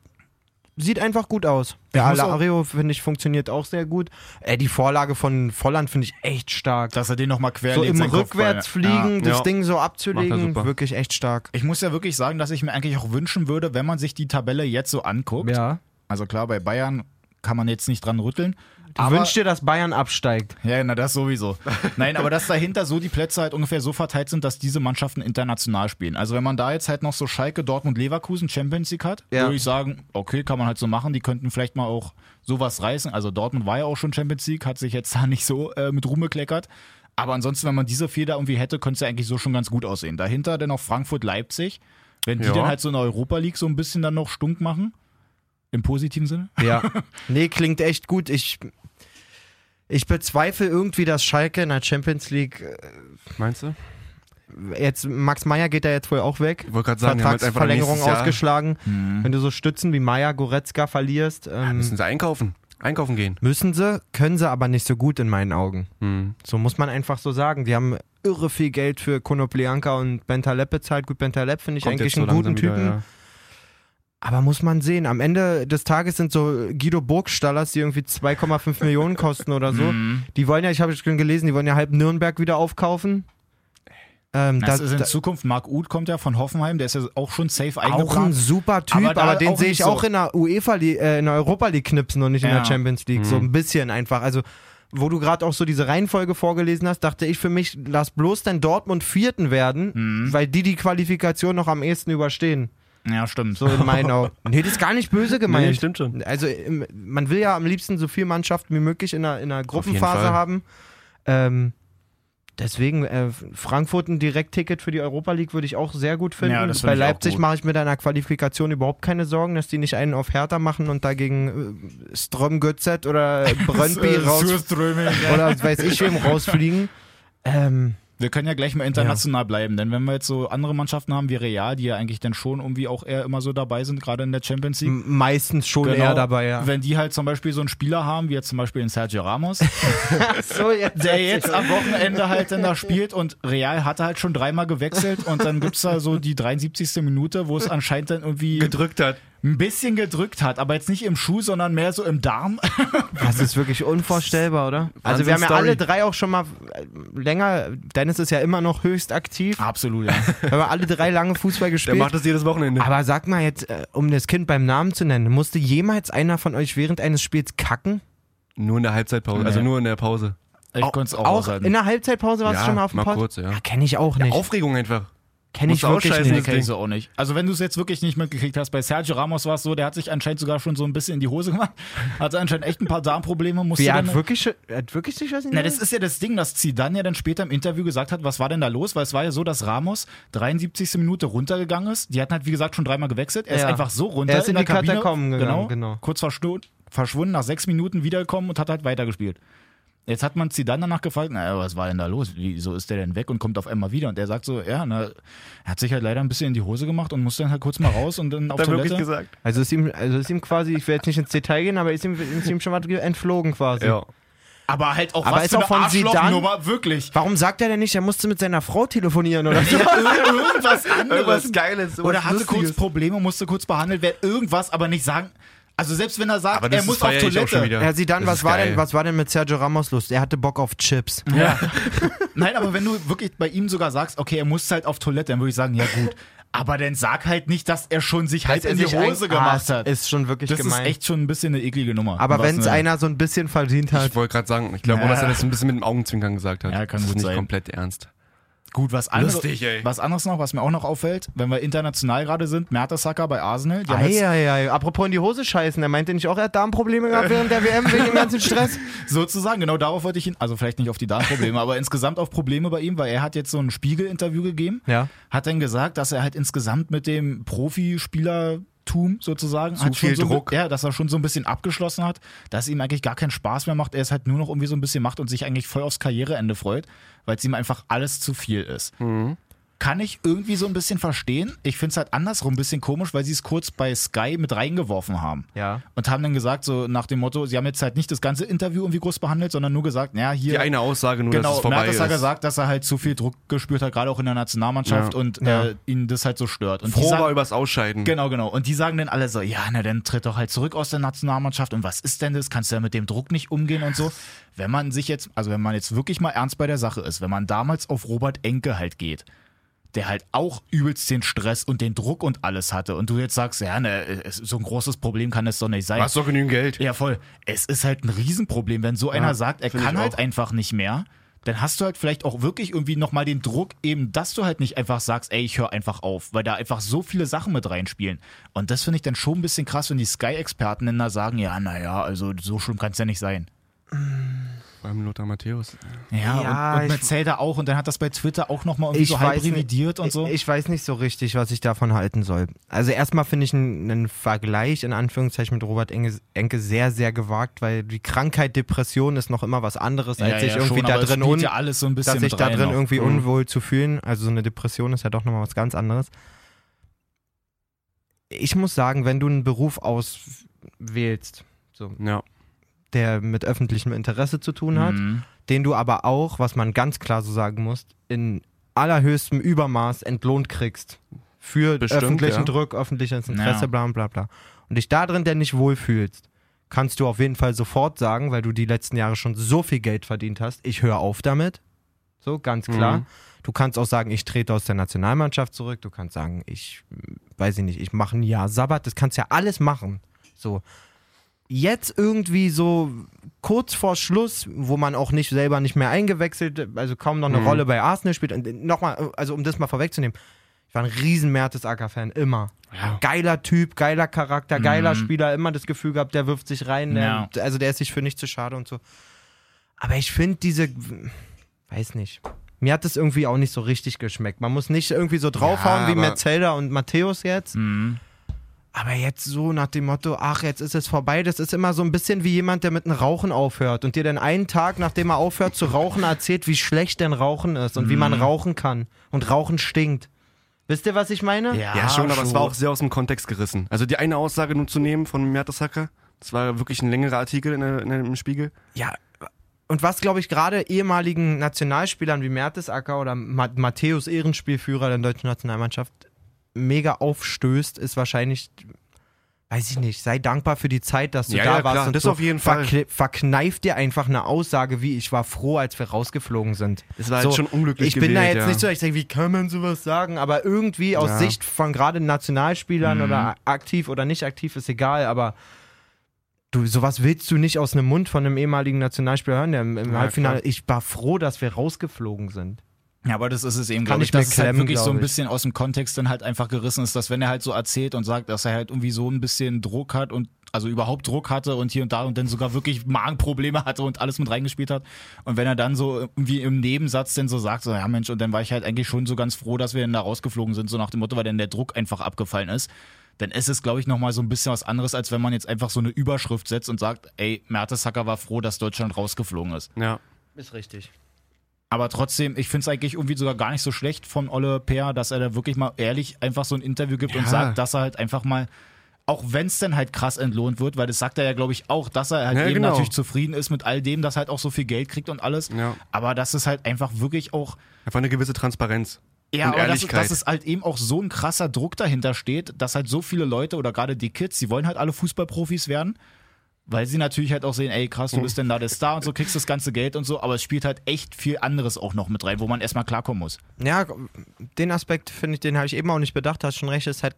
[SPEAKER 4] sieht einfach gut aus. Der
[SPEAKER 2] Ich muss
[SPEAKER 4] Alario, finde ich, funktioniert auch sehr gut. Äh, die Vorlage von Volland finde ich echt stark.
[SPEAKER 2] Dass er den nochmal quer
[SPEAKER 4] so
[SPEAKER 2] legt,
[SPEAKER 4] im
[SPEAKER 2] seinen Kopfball.
[SPEAKER 4] Rückwärtsfliegen,
[SPEAKER 2] Ja.
[SPEAKER 4] das
[SPEAKER 3] Ja.
[SPEAKER 4] Ding so
[SPEAKER 3] Macht er
[SPEAKER 4] abzulegen,
[SPEAKER 3] super.
[SPEAKER 4] wirklich echt stark.
[SPEAKER 2] Ich muss ja wirklich sagen, dass ich mir eigentlich auch wünschen würde, wenn man sich die Tabelle jetzt so anguckt.
[SPEAKER 4] Ja.
[SPEAKER 2] Also klar, bei Bayern kann man jetzt nicht dran rütteln.
[SPEAKER 4] Du
[SPEAKER 2] aber
[SPEAKER 4] wünschst dir, dass Bayern absteigt.
[SPEAKER 2] Ja, na das sowieso. Nein, aber dass dahinter so die Plätze halt ungefähr so verteilt sind, dass diese Mannschaften international spielen. Also wenn man da jetzt halt noch so Schalke, Dortmund, Leverkusen Champions League hat,
[SPEAKER 4] Ja.
[SPEAKER 2] würde ich sagen, okay, kann man halt so machen. Die könnten vielleicht mal auch sowas reißen. Also Dortmund war ja auch schon Champions League, hat sich jetzt da nicht so äh, mit Ruhm bekleckert. Aber ansonsten, wenn man diese vier da irgendwie hätte, könnte es ja eigentlich so schon ganz gut aussehen. Dahinter dann noch Frankfurt, Leipzig. Wenn die
[SPEAKER 3] Ja.
[SPEAKER 2] dann halt so in der Europa League so ein bisschen dann noch stunk machen. Im positiven Sinne.
[SPEAKER 4] Ja. Nee, klingt echt gut. Ich, ich bezweifle irgendwie, dass Schalke in der Champions League äh,
[SPEAKER 3] Meinst du?
[SPEAKER 4] jetzt Max Meyer geht da jetzt wohl auch weg.
[SPEAKER 3] Ich wollte gerade sagen, die haben jetzt einfach
[SPEAKER 4] Vertragsverlängerung
[SPEAKER 3] nächstes Jahr- Mhm.
[SPEAKER 4] ausgeschlagen. Wenn du so Stützen wie Meyer, Goretzka verlierst, ähm,
[SPEAKER 3] Müssen sie einkaufen. Einkaufen gehen.
[SPEAKER 4] müssen sie, können sie aber nicht so gut in meinen Augen.
[SPEAKER 3] Mhm.
[SPEAKER 4] So muss man einfach so sagen. Die haben irre viel Geld für Konoplianka und Bentaleb bezahlt. Gut, Bentaleb finde ich eigentlich einen guten Typen.
[SPEAKER 3] ja.
[SPEAKER 4] Aber muss man sehen. Am Ende des Tages sind so Guido Burgstallers, die irgendwie 2,5 Millionen kosten oder so.
[SPEAKER 3] Mhm.
[SPEAKER 4] Die wollen ja, ich habe schon gelesen, die wollen ja halb Nürnberg wieder aufkaufen. Ähm,
[SPEAKER 2] Das
[SPEAKER 4] da-
[SPEAKER 2] ist in
[SPEAKER 4] da-
[SPEAKER 2] Zukunft. Marc Uth kommt ja von Hoffenheim, der ist ja auch schon safe eingeplant.
[SPEAKER 4] Auch ein super Typ,
[SPEAKER 2] Aber
[SPEAKER 4] aber,
[SPEAKER 2] da
[SPEAKER 4] den
[SPEAKER 2] auch
[SPEAKER 4] sehe
[SPEAKER 2] nicht
[SPEAKER 4] ich auch
[SPEAKER 2] so.
[SPEAKER 4] in der UEFA, Li- äh, in der Europa League knipsen und nicht in
[SPEAKER 2] Ja. Mhm.
[SPEAKER 4] der Champions League. So ein bisschen einfach. Also, wo du gerade auch so diese Reihenfolge vorgelesen hast, dachte ich für mich, lass bloß denn Dortmund Vierten werden,
[SPEAKER 2] Mhm.
[SPEAKER 4] weil die die Qualifikation noch am ehesten überstehen.
[SPEAKER 2] Ja, stimmt.
[SPEAKER 4] So in meinen Augen. Nee, das ist gar nicht böse gemeint.
[SPEAKER 3] Nee, stimmt schon.
[SPEAKER 4] Also, im- man will ja am liebsten so viele Mannschaften wie möglich in einer, in einer Gruppenphase
[SPEAKER 3] Fall.
[SPEAKER 4] haben. Ähm, deswegen, äh, Frankfurt ein Direktticket für die Europa League würde ich auch sehr gut finden.
[SPEAKER 2] Ja, das find
[SPEAKER 4] Bei
[SPEAKER 2] ich auch
[SPEAKER 4] Leipzig
[SPEAKER 2] gut.
[SPEAKER 4] mache ich mir da in der Qualifikation überhaupt keine Sorgen, dass die nicht einen auf Hertha machen und dagegen äh, Ström Götzet oder
[SPEAKER 2] äh,
[SPEAKER 4] Brøndby raus oder weiß ich wem rausfliegen. Ähm,
[SPEAKER 2] Wir können ja gleich mal international bleiben, denn wenn wir jetzt so andere Mannschaften haben wie Real, die ja eigentlich dann schon irgendwie auch eher immer so dabei sind, gerade in der Champions League.
[SPEAKER 4] m- meistens schon
[SPEAKER 2] Genau.
[SPEAKER 4] eher Mm, dabei, ja.
[SPEAKER 2] Wenn die halt zum Beispiel so einen Spieler haben, wie jetzt zum Beispiel den Sergio Ramos,
[SPEAKER 4] So, jetzt,
[SPEAKER 2] der jetzt am Wochenende halt dann da spielt und Real hatte halt schon dreimal gewechselt und dann gibt's da so die 73. Minute, wo es anscheinend dann irgendwie
[SPEAKER 3] Gedrückt hat.
[SPEAKER 2] ein bisschen gedrückt hat, aber jetzt nicht im Schuh, sondern mehr so im Darm.
[SPEAKER 4] Das ist wirklich unvorstellbar, oder? Also
[SPEAKER 3] Wahnsinn
[SPEAKER 4] wir haben ja
[SPEAKER 3] Story.
[SPEAKER 4] alle drei auch schon mal äh, länger, Dennis ist ja immer noch höchst aktiv,
[SPEAKER 2] Absolut, ja.
[SPEAKER 4] wir haben ja alle drei lange Fußball
[SPEAKER 3] Ah. Der
[SPEAKER 4] gespielt.
[SPEAKER 3] macht das jedes Wochenende.
[SPEAKER 4] Aber sag mal jetzt, äh, um das Kind beim Namen zu nennen, musste jemals einer von euch während eines Spiels kacken?
[SPEAKER 3] Nur in der Halbzeitpause. Also
[SPEAKER 2] Nee.
[SPEAKER 3] nur in der Pause.
[SPEAKER 2] Ich konnte es auch,
[SPEAKER 4] auch
[SPEAKER 2] aushalten.
[SPEAKER 4] in der Halbzeitpause warst du
[SPEAKER 3] Ja,
[SPEAKER 4] schon mal auf dem
[SPEAKER 3] mal
[SPEAKER 4] Pod? Ah,
[SPEAKER 3] kurz, ja.
[SPEAKER 4] Kenn ich auch nicht.
[SPEAKER 3] Aufregung einfach.
[SPEAKER 4] Kenn ich
[SPEAKER 3] musst du
[SPEAKER 4] wirklich
[SPEAKER 3] ausscheißen,
[SPEAKER 2] Nee,
[SPEAKER 3] das
[SPEAKER 4] nicht.
[SPEAKER 2] kenn
[SPEAKER 3] Ding.
[SPEAKER 2] ich so auch nicht. Also wenn du es jetzt wirklich nicht mitgekriegt hast, bei Sergio Ramos war es so, der hat sich anscheinend sogar schon so ein bisschen in die Hose gemacht. Hatte anscheinend echt ein paar Darmprobleme, musste
[SPEAKER 4] Wie, er
[SPEAKER 2] dann...
[SPEAKER 4] hat wirklich, schon- er hat wirklich sich was in die
[SPEAKER 2] Na, das
[SPEAKER 4] Hose?
[SPEAKER 2] ist ja das Ding, dass Zidane ja dann später im Interview gesagt hat, was war denn da los? Weil es war ja so, dass Ramos 73. Minute runtergegangen ist. Die hatten halt, wie gesagt, schon dreimal gewechselt. Er ist
[SPEAKER 4] Ja.
[SPEAKER 2] einfach so runter.
[SPEAKER 4] Er ist in
[SPEAKER 2] der
[SPEAKER 4] die
[SPEAKER 2] Kabine,
[SPEAKER 4] Katakomben gegangen,
[SPEAKER 2] Genau,
[SPEAKER 4] genau.
[SPEAKER 2] Kurz verschw- verschwunden, nach sechs Minuten wiedergekommen und hat halt weitergespielt. Jetzt hat man Zidane danach gefragt, naja, was war denn da los? Wieso ist der denn weg und kommt auf einmal wieder? Und er sagt so, ja, na, er hat sich halt leider ein bisschen in die Hose gemacht und musste dann halt kurz mal raus und dann auf
[SPEAKER 3] Hat er wirklich
[SPEAKER 2] Toilette.
[SPEAKER 3] gesagt?
[SPEAKER 4] Also ist ihm, also ist ihm quasi, ich will jetzt nicht ins Detail gehen, aber ist ihm, ist ihm schon was ge- entflogen quasi.
[SPEAKER 3] Ja.
[SPEAKER 2] Aber halt auch
[SPEAKER 4] Aber
[SPEAKER 2] was
[SPEAKER 4] ist
[SPEAKER 2] für
[SPEAKER 4] auch
[SPEAKER 2] eine
[SPEAKER 4] von Zidane-
[SPEAKER 2] Arschlochnummer, wirklich.
[SPEAKER 4] Warum sagt er denn nicht, er musste mit seiner Frau telefonieren oder so?
[SPEAKER 2] Irgendwas anderes.
[SPEAKER 3] Irgendwas Geiles.
[SPEAKER 2] Oder hatte kurz Probleme, musste kurz behandelt werden, irgendwas, aber nicht sagen. Also selbst wenn er sagt,
[SPEAKER 3] Aber das
[SPEAKER 2] er muss
[SPEAKER 3] ist-
[SPEAKER 2] auf
[SPEAKER 3] feier ich auch schon
[SPEAKER 2] Toilette.
[SPEAKER 3] wieder.
[SPEAKER 4] Ja, sieh dann,
[SPEAKER 3] Das
[SPEAKER 4] was
[SPEAKER 3] ist
[SPEAKER 4] war,
[SPEAKER 3] geil.
[SPEAKER 4] denn, was war denn mit Sergio Ramos los? Er hatte Bock auf Chips.
[SPEAKER 2] Nein, aber wenn du wirklich bei ihm sogar sagst, okay, er muss halt auf Toilette, dann würde ich sagen, ja gut. Aber dann sag halt nicht, dass er schon sich halb
[SPEAKER 4] Dass er
[SPEAKER 2] in die
[SPEAKER 4] sich ein-
[SPEAKER 2] Hose
[SPEAKER 4] Ah,
[SPEAKER 2] gemacht
[SPEAKER 4] es
[SPEAKER 2] hat.
[SPEAKER 4] Ist schon wirklich
[SPEAKER 2] das
[SPEAKER 4] gemein.
[SPEAKER 2] ist echt ne? schon ein bisschen eine eklige Nummer.
[SPEAKER 4] aber
[SPEAKER 2] Im wahrsten
[SPEAKER 4] wenn es
[SPEAKER 2] Sinne.
[SPEAKER 4] einer so ein bisschen verdient hat.
[SPEAKER 3] Ich wollte gerade sagen, ich glaube, auch, dass er das ein bisschen mit dem Augenzwinkern gesagt hat.
[SPEAKER 2] Ja, kann
[SPEAKER 3] dass es
[SPEAKER 2] gut
[SPEAKER 3] nicht
[SPEAKER 2] sein.
[SPEAKER 3] komplett ernst.
[SPEAKER 2] Gut, was anderes,
[SPEAKER 3] Lustig, ey.
[SPEAKER 2] was anderes noch, was mir auch noch auffällt, wenn wir international gerade sind, Mertesacker bei Arsenal, die haben jetzt
[SPEAKER 4] Eieiei, apropos in die Hose scheißen, der meinte nicht auch, er hat Darmprobleme gehabt während der WM wegen dem ganzen Stress.
[SPEAKER 2] Sozusagen, genau darauf wollte ich hin. Also vielleicht nicht auf die Darmprobleme, aber insgesamt auf Probleme bei ihm, weil er hat jetzt so ein Spiegel-Interview gegeben,
[SPEAKER 4] Ja.
[SPEAKER 2] hat dann gesagt, dass er halt insgesamt mit dem Profispielertum sozusagen hat
[SPEAKER 3] viel
[SPEAKER 2] schon so,
[SPEAKER 3] Druck.
[SPEAKER 2] Ja, dass er schon so ein bisschen abgeschlossen hat, dass ihm eigentlich gar keinen Spaß mehr macht. Er es halt nur noch irgendwie so ein bisschen macht und sich eigentlich voll aufs Karriereende freut, weil es ihm einfach alles zu viel ist. Kann ich irgendwie so ein bisschen verstehen. Ich finde es halt andersrum ein bisschen komisch, weil sie es kurz bei Sky mit reingeworfen haben
[SPEAKER 4] Ja.
[SPEAKER 2] und haben dann gesagt, so nach dem Motto, sie haben jetzt halt nicht das ganze Interview irgendwie groß behandelt, sondern nur gesagt, naja, hier.
[SPEAKER 3] Die eine Aussage nur, dass
[SPEAKER 2] genau,
[SPEAKER 3] es vorbei ist.
[SPEAKER 2] Mertesacker sagt, dass er halt zu viel Druck gespürt hat, gerade auch in der Nationalmannschaft
[SPEAKER 3] Ja.
[SPEAKER 2] und
[SPEAKER 4] Ja.
[SPEAKER 2] Äh, ihn das halt so stört. Und die
[SPEAKER 3] Froh
[SPEAKER 2] sagen,
[SPEAKER 3] war übers Ausscheiden.
[SPEAKER 2] Genau, genau. Und die sagen dann alle so, ja, na dann tritt doch halt zurück aus der Nationalmannschaft und was ist denn das? Kannst du ja mit dem Druck nicht umgehen und so. Wenn man sich jetzt, also wenn man jetzt wirklich mal ernst bei der Sache ist, wenn man damals auf Robert Enke halt geht, der halt auch übelst den Stress und den Druck und alles hatte und du jetzt sagst, ja, ne, es- so ein großes Problem kann das doch nicht sein.
[SPEAKER 3] Du hast doch genügend Geld.
[SPEAKER 2] Ja, voll. Es ist halt ein Riesenproblem, wenn so einer sagt, er
[SPEAKER 3] find ich
[SPEAKER 2] kann halt
[SPEAKER 3] auch.
[SPEAKER 2] einfach nicht mehr. Dann hast du halt vielleicht auch wirklich irgendwie nochmal den Druck, eben, dass du halt nicht einfach sagst, ey, ich höre einfach auf, weil da einfach so viele Sachen mit reinspielen. Und das finde ich dann schon ein bisschen krass, wenn die Sky-Experten dann da sagen, ja, naja, also so schlimm kann es ja nicht sein.
[SPEAKER 3] Beim Lothar Matthäus.
[SPEAKER 2] Ja,
[SPEAKER 4] Ja,
[SPEAKER 2] und, und
[SPEAKER 4] ich-
[SPEAKER 2] mit Zelda auch. Und dann hat das bei Twitter auch nochmal irgendwie so halb revidiert und so.
[SPEAKER 4] Ich, ich weiß nicht so richtig, was ich davon halten soll. Also erstmal finde ich einen einen Vergleich in Anführungszeichen mit Robert Enke, Enke sehr, sehr gewagt, weil die Krankheit Depression ist noch immer was anderes, als sich irgendwie da
[SPEAKER 2] aber es
[SPEAKER 4] drin
[SPEAKER 2] spielt
[SPEAKER 4] un
[SPEAKER 2] ja alles so ein bisschen
[SPEAKER 4] dass sich
[SPEAKER 2] mit
[SPEAKER 4] da
[SPEAKER 2] rein
[SPEAKER 4] drin
[SPEAKER 2] noch. Mhm.
[SPEAKER 4] irgendwie unwohl zu fühlen. Also so eine Depression ist ja doch nochmal was ganz anderes. Ich muss sagen, wenn du einen Beruf auswählst, so,
[SPEAKER 3] Ja.
[SPEAKER 4] der mit öffentlichem Interesse zu tun hat,
[SPEAKER 2] Mhm.
[SPEAKER 4] den du aber auch, was man ganz klar so sagen muss, in allerhöchstem Übermaß entlohnt kriegst. Für
[SPEAKER 3] Bestimmt,
[SPEAKER 4] öffentlichen
[SPEAKER 3] ja.
[SPEAKER 4] Druck, öffentliches Interesse,
[SPEAKER 2] Ja.
[SPEAKER 4] bla und bla bla. Und dich da drin denn nicht wohlfühlst, kannst du auf jeden Fall sofort sagen, weil du die letzten Jahre schon so viel Geld verdient hast, ich höre auf damit. So, ganz klar.
[SPEAKER 3] Mhm.
[SPEAKER 4] Du kannst auch sagen, ich trete aus der Nationalmannschaft zurück. Du kannst sagen, ich, äh, weiß ich nicht, ich mache ein Jahr Sabbat. Das kannst ja alles machen. So. Jetzt irgendwie so kurz vor Schluss, wo man auch nicht selber nicht mehr eingewechselt, also kaum noch eine Rolle bei Arsenal spielt. Und nochmal, also um das mal vorwegzunehmen, ich war ein riesen Mertesacker-Fan, immer. Geiler Typ, geiler Charakter, geiler
[SPEAKER 3] Mhm.
[SPEAKER 4] Spieler, immer das Gefühl gehabt, der wirft sich rein, der, also der ist sich für nichts zu schade und so. Aber ich finde diese, weiß nicht. Mir hat das irgendwie auch nicht so richtig geschmeckt. Man muss nicht irgendwie so draufhauen
[SPEAKER 3] Ja,
[SPEAKER 4] wie
[SPEAKER 3] aber- Mhm.
[SPEAKER 4] Metzelda und Matthäus jetzt. Aber jetzt so nach dem Motto, ach, jetzt ist es vorbei, das ist immer so ein bisschen wie jemand, der mit dem Rauchen aufhört und dir dann einen Tag, nachdem er aufhört zu rauchen, erzählt, wie schlecht denn Rauchen ist und wie
[SPEAKER 3] Mhm.
[SPEAKER 4] man rauchen kann. Und Rauchen stinkt. Wisst ihr, was ich meine?
[SPEAKER 2] Ja,
[SPEAKER 3] Ja, schon, aber es war auch sehr aus dem Kontext gerissen. Also die eine Aussage nur zu nehmen von Mertesacker, das war wirklich ein längerer Artikel in, der, in der, im Spiegel.
[SPEAKER 4] Ja, und was, glaube ich, gerade ehemaligen Nationalspielern wie Mertesacker oder Ma Matthäus Ehrenspielführer der deutschen Nationalmannschaft mega aufstößt, ist wahrscheinlich, weiß ich nicht, sei dankbar für die Zeit, dass du
[SPEAKER 3] Ja,
[SPEAKER 4] da
[SPEAKER 3] ja,
[SPEAKER 4] warst.
[SPEAKER 3] klar,
[SPEAKER 4] und
[SPEAKER 3] das
[SPEAKER 4] so.
[SPEAKER 3] auf jeden Fall.
[SPEAKER 4] Verkle- Verkneift dir einfach eine Aussage, wie ich war froh, als wir rausgeflogen sind.
[SPEAKER 3] Das war halt schon unglücklich
[SPEAKER 4] Ich bin da
[SPEAKER 3] gewählt,
[SPEAKER 4] jetzt
[SPEAKER 3] ja.
[SPEAKER 4] nicht so, ich denke, wie kann man sowas sagen, aber irgendwie aus
[SPEAKER 3] Ja. Mhm.
[SPEAKER 4] Sicht von gerade Nationalspielern oder aktiv oder nicht aktiv ist egal, aber du, sowas willst du nicht aus einem Mund von einem ehemaligen Nationalspieler hören, der im, im
[SPEAKER 3] Ja,
[SPEAKER 4] Halbfinale, ich war froh, dass wir rausgeflogen sind.
[SPEAKER 2] Ja, aber das ist es eben,
[SPEAKER 4] Kann
[SPEAKER 2] glaube
[SPEAKER 4] ich
[SPEAKER 2] ich,
[SPEAKER 4] mir
[SPEAKER 2] dass es halt
[SPEAKER 4] klemmen,
[SPEAKER 2] wirklich so
[SPEAKER 4] glaub
[SPEAKER 2] ein
[SPEAKER 4] ich.
[SPEAKER 2] bisschen aus dem Kontext dann halt einfach gerissen ist, dass wenn er halt so erzählt und sagt, dass er halt irgendwie so ein bisschen Druck hat und also überhaupt Druck hatte und hier und da und dann sogar wirklich Magenprobleme hatte und alles mit reingespielt hat. Und wenn er dann so irgendwie im Nebensatz dann so sagt, so, ja Mensch, und dann war ich halt eigentlich schon so ganz froh, dass wir dann da rausgeflogen sind, so nach dem Motto, weil dann der Druck einfach abgefallen ist, dann ist es, glaube ich, nochmal so ein bisschen was anderes, als wenn man jetzt einfach so eine Überschrift setzt und sagt, ey, Mertesacker war froh, dass Deutschland rausgeflogen ist.
[SPEAKER 3] Ja.
[SPEAKER 4] Ist richtig.
[SPEAKER 2] Aber trotzdem, ich finde es eigentlich irgendwie sogar gar nicht so schlecht von Olle Peer, dass er da wirklich mal ehrlich einfach so ein Interview gibt und
[SPEAKER 3] Ja.
[SPEAKER 2] sagt, dass er halt einfach mal, auch wenn es dann halt krass entlohnt wird, weil das sagt er ja, glaube ich, auch, dass er halt
[SPEAKER 3] Ja,
[SPEAKER 2] eben
[SPEAKER 3] genau.
[SPEAKER 2] natürlich zufrieden ist mit all dem, dass er halt auch so viel Geld kriegt und alles.
[SPEAKER 3] Ja.
[SPEAKER 2] Aber dass es halt einfach wirklich auch
[SPEAKER 3] Einfach eine gewisse Transparenz.
[SPEAKER 2] ja,
[SPEAKER 3] und
[SPEAKER 2] aber dass,
[SPEAKER 3] Ehrlichkeit.
[SPEAKER 2] dass es halt eben auch so ein krasser Druck dahinter steht, dass halt so viele Leute oder gerade die Kids, die wollen halt alle Fußballprofis werden, weil sie natürlich halt auch sehen, ey krass,
[SPEAKER 3] Mhm.
[SPEAKER 2] du bist denn da der Star und so, kriegst das ganze Geld und so, aber es spielt halt echt viel anderes auch noch mit rein, wo man erstmal klarkommen muss.
[SPEAKER 4] Ja, den Aspekt finde ich, den habe ich eben auch nicht bedacht, hast schon recht, ist halt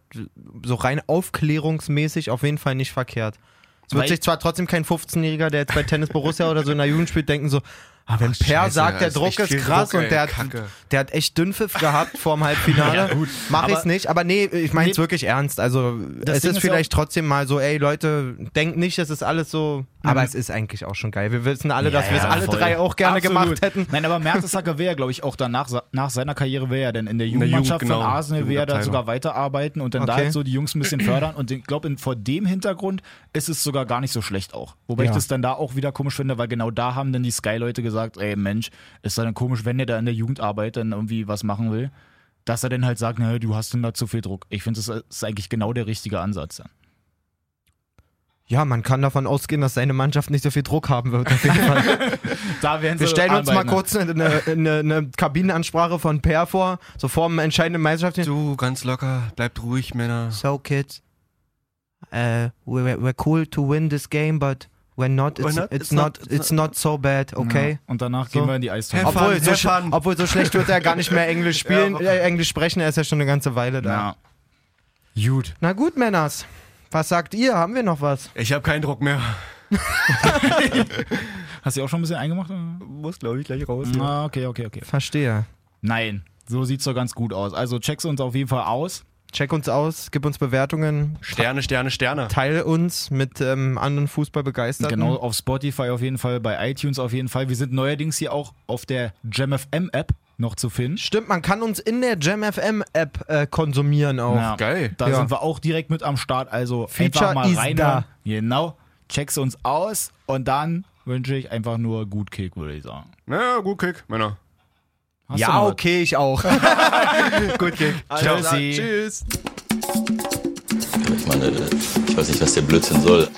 [SPEAKER 4] so rein aufklärungsmäßig auf jeden Fall nicht verkehrt. Es wird
[SPEAKER 2] Weil-
[SPEAKER 4] sich zwar trotzdem kein 15-Jähriger, der jetzt bei Tennis Borussia oder so in der Jugend spielt, denken so, Aber wenn Per
[SPEAKER 3] Scheiße,
[SPEAKER 4] sagt,
[SPEAKER 3] da
[SPEAKER 4] der
[SPEAKER 3] ist
[SPEAKER 4] Druck
[SPEAKER 3] echt
[SPEAKER 4] ist
[SPEAKER 3] viel
[SPEAKER 4] krass
[SPEAKER 3] Druck,
[SPEAKER 4] und der
[SPEAKER 3] ey,
[SPEAKER 4] hat,
[SPEAKER 3] Kacke.
[SPEAKER 4] der hat echt Dünnpfiff gehabt vorm Halbfinale, mach
[SPEAKER 2] Aber-
[SPEAKER 4] ich's nicht. Aber nee, ich meine es
[SPEAKER 2] Nee.
[SPEAKER 4] wirklich ernst. Also es
[SPEAKER 2] Ding
[SPEAKER 4] ist
[SPEAKER 2] ist
[SPEAKER 4] vielleicht trotzdem mal so, ey Leute, denkt nicht, das ist alles so. Aber
[SPEAKER 2] Mhm.
[SPEAKER 4] es ist eigentlich auch schon geil. Wir wissen alle, Ne, dass
[SPEAKER 2] Ja,
[SPEAKER 4] wir es
[SPEAKER 2] ja,
[SPEAKER 4] alle
[SPEAKER 2] voll.
[SPEAKER 4] drei auch gerne
[SPEAKER 2] Absolut.
[SPEAKER 4] gemacht hätten.
[SPEAKER 2] Nein, aber Mertesacker wäre, glaube ich, auch danach, nach seiner Karriere wäre er denn in der
[SPEAKER 3] der
[SPEAKER 2] Jugendmannschaft
[SPEAKER 3] Jugend,
[SPEAKER 2] von
[SPEAKER 3] genau.
[SPEAKER 2] Arsenal wäre er da
[SPEAKER 3] Jugendabteilung.
[SPEAKER 2] sogar weiterarbeiten und dann da
[SPEAKER 4] Okay.
[SPEAKER 2] halt so die Jungs ein bisschen fördern. Und ich glaube, vor dem Hintergrund ist es sogar gar nicht so schlecht auch. Wobei
[SPEAKER 4] Ja.
[SPEAKER 2] ich das dann da auch wieder komisch finde, weil genau da haben dann die Sky-Leute gesagt, ey Mensch, ist dann komisch, wenn der da in der Jugendarbeit dann irgendwie was machen will, dass er dann halt sagt, naja, du hast denn da zu viel Druck. Ich finde, das ist eigentlich genau der richtige Ansatz dann.
[SPEAKER 4] Ja, man kann davon ausgehen, dass seine Mannschaft nicht so viel Druck haben wird. Auf jeden Fall.
[SPEAKER 2] Da werden
[SPEAKER 4] Wir
[SPEAKER 2] sie
[SPEAKER 4] stellen uns mal
[SPEAKER 2] arbeiten.
[SPEAKER 4] kurz eine, eine, eine, eine Kabinenansprache von Per vor, so vor dem entscheidenden Meisterschaftsspiel.
[SPEAKER 3] Du, ganz locker, bleibt ruhig, Männer.
[SPEAKER 4] So, kids, uh, we're, we're cool to win this game, but when not,
[SPEAKER 3] We're
[SPEAKER 4] it's,
[SPEAKER 3] not-
[SPEAKER 4] it's,
[SPEAKER 3] it's
[SPEAKER 4] not,
[SPEAKER 3] not- it's
[SPEAKER 4] it's not so bad, okay?
[SPEAKER 2] Ja. Und danach
[SPEAKER 4] So.
[SPEAKER 2] gehen wir in die Eistonne.
[SPEAKER 3] Have
[SPEAKER 4] Obwohl,
[SPEAKER 3] fun,
[SPEAKER 4] so
[SPEAKER 3] have
[SPEAKER 4] sch-
[SPEAKER 3] fun.
[SPEAKER 4] obwohl so schlecht wird er gar nicht mehr Englisch spielen,
[SPEAKER 3] Ja,
[SPEAKER 4] äh, Englisch sprechen, er ist ja schon eine ganze Weile da.
[SPEAKER 2] Ja. Gut.
[SPEAKER 4] Na gut, Männers, was sagt ihr? Haben wir noch was?
[SPEAKER 3] Ich habe keinen Druck mehr.
[SPEAKER 2] Hast du die auch schon ein bisschen eingemacht? oder?
[SPEAKER 3] Muss, glaube ich, gleich raus.
[SPEAKER 2] Ah, okay, okay, okay.
[SPEAKER 4] Verstehe.
[SPEAKER 2] Nein, so sieht's doch ganz gut aus. Also check's uns auf jeden Fall aus.
[SPEAKER 4] Check uns aus, gib uns Bewertungen,
[SPEAKER 3] Sterne, Sterne, Sterne.
[SPEAKER 4] teil uns mit ähm, anderen Fußballbegeisterten.
[SPEAKER 2] Genau, auf Spotify auf jeden Fall, bei iTunes auf jeden Fall. Wir sind neuerdings hier auch auf der GemFM-App noch zu finden.
[SPEAKER 4] Stimmt, man kann uns in der GemFM App äh, konsumieren auch.
[SPEAKER 2] Ja,
[SPEAKER 3] Geil.
[SPEAKER 2] Da
[SPEAKER 4] Ja.
[SPEAKER 2] sind wir auch direkt mit am Start. Also
[SPEAKER 4] Feature
[SPEAKER 2] einfach mal
[SPEAKER 4] is
[SPEAKER 2] rein.
[SPEAKER 4] da.
[SPEAKER 2] Genau, check's uns aus und dann wünsche ich einfach nur gut Kick, würde ich sagen.
[SPEAKER 3] Na, ja, gut Kick, Männer.
[SPEAKER 2] Hast du noch was?
[SPEAKER 4] okay, ich auch.
[SPEAKER 3] Gut Kick.
[SPEAKER 2] Chelsea.
[SPEAKER 4] Tschüss.
[SPEAKER 6] äh, Ich meine, ich weiß nicht, was der Blödsinn soll.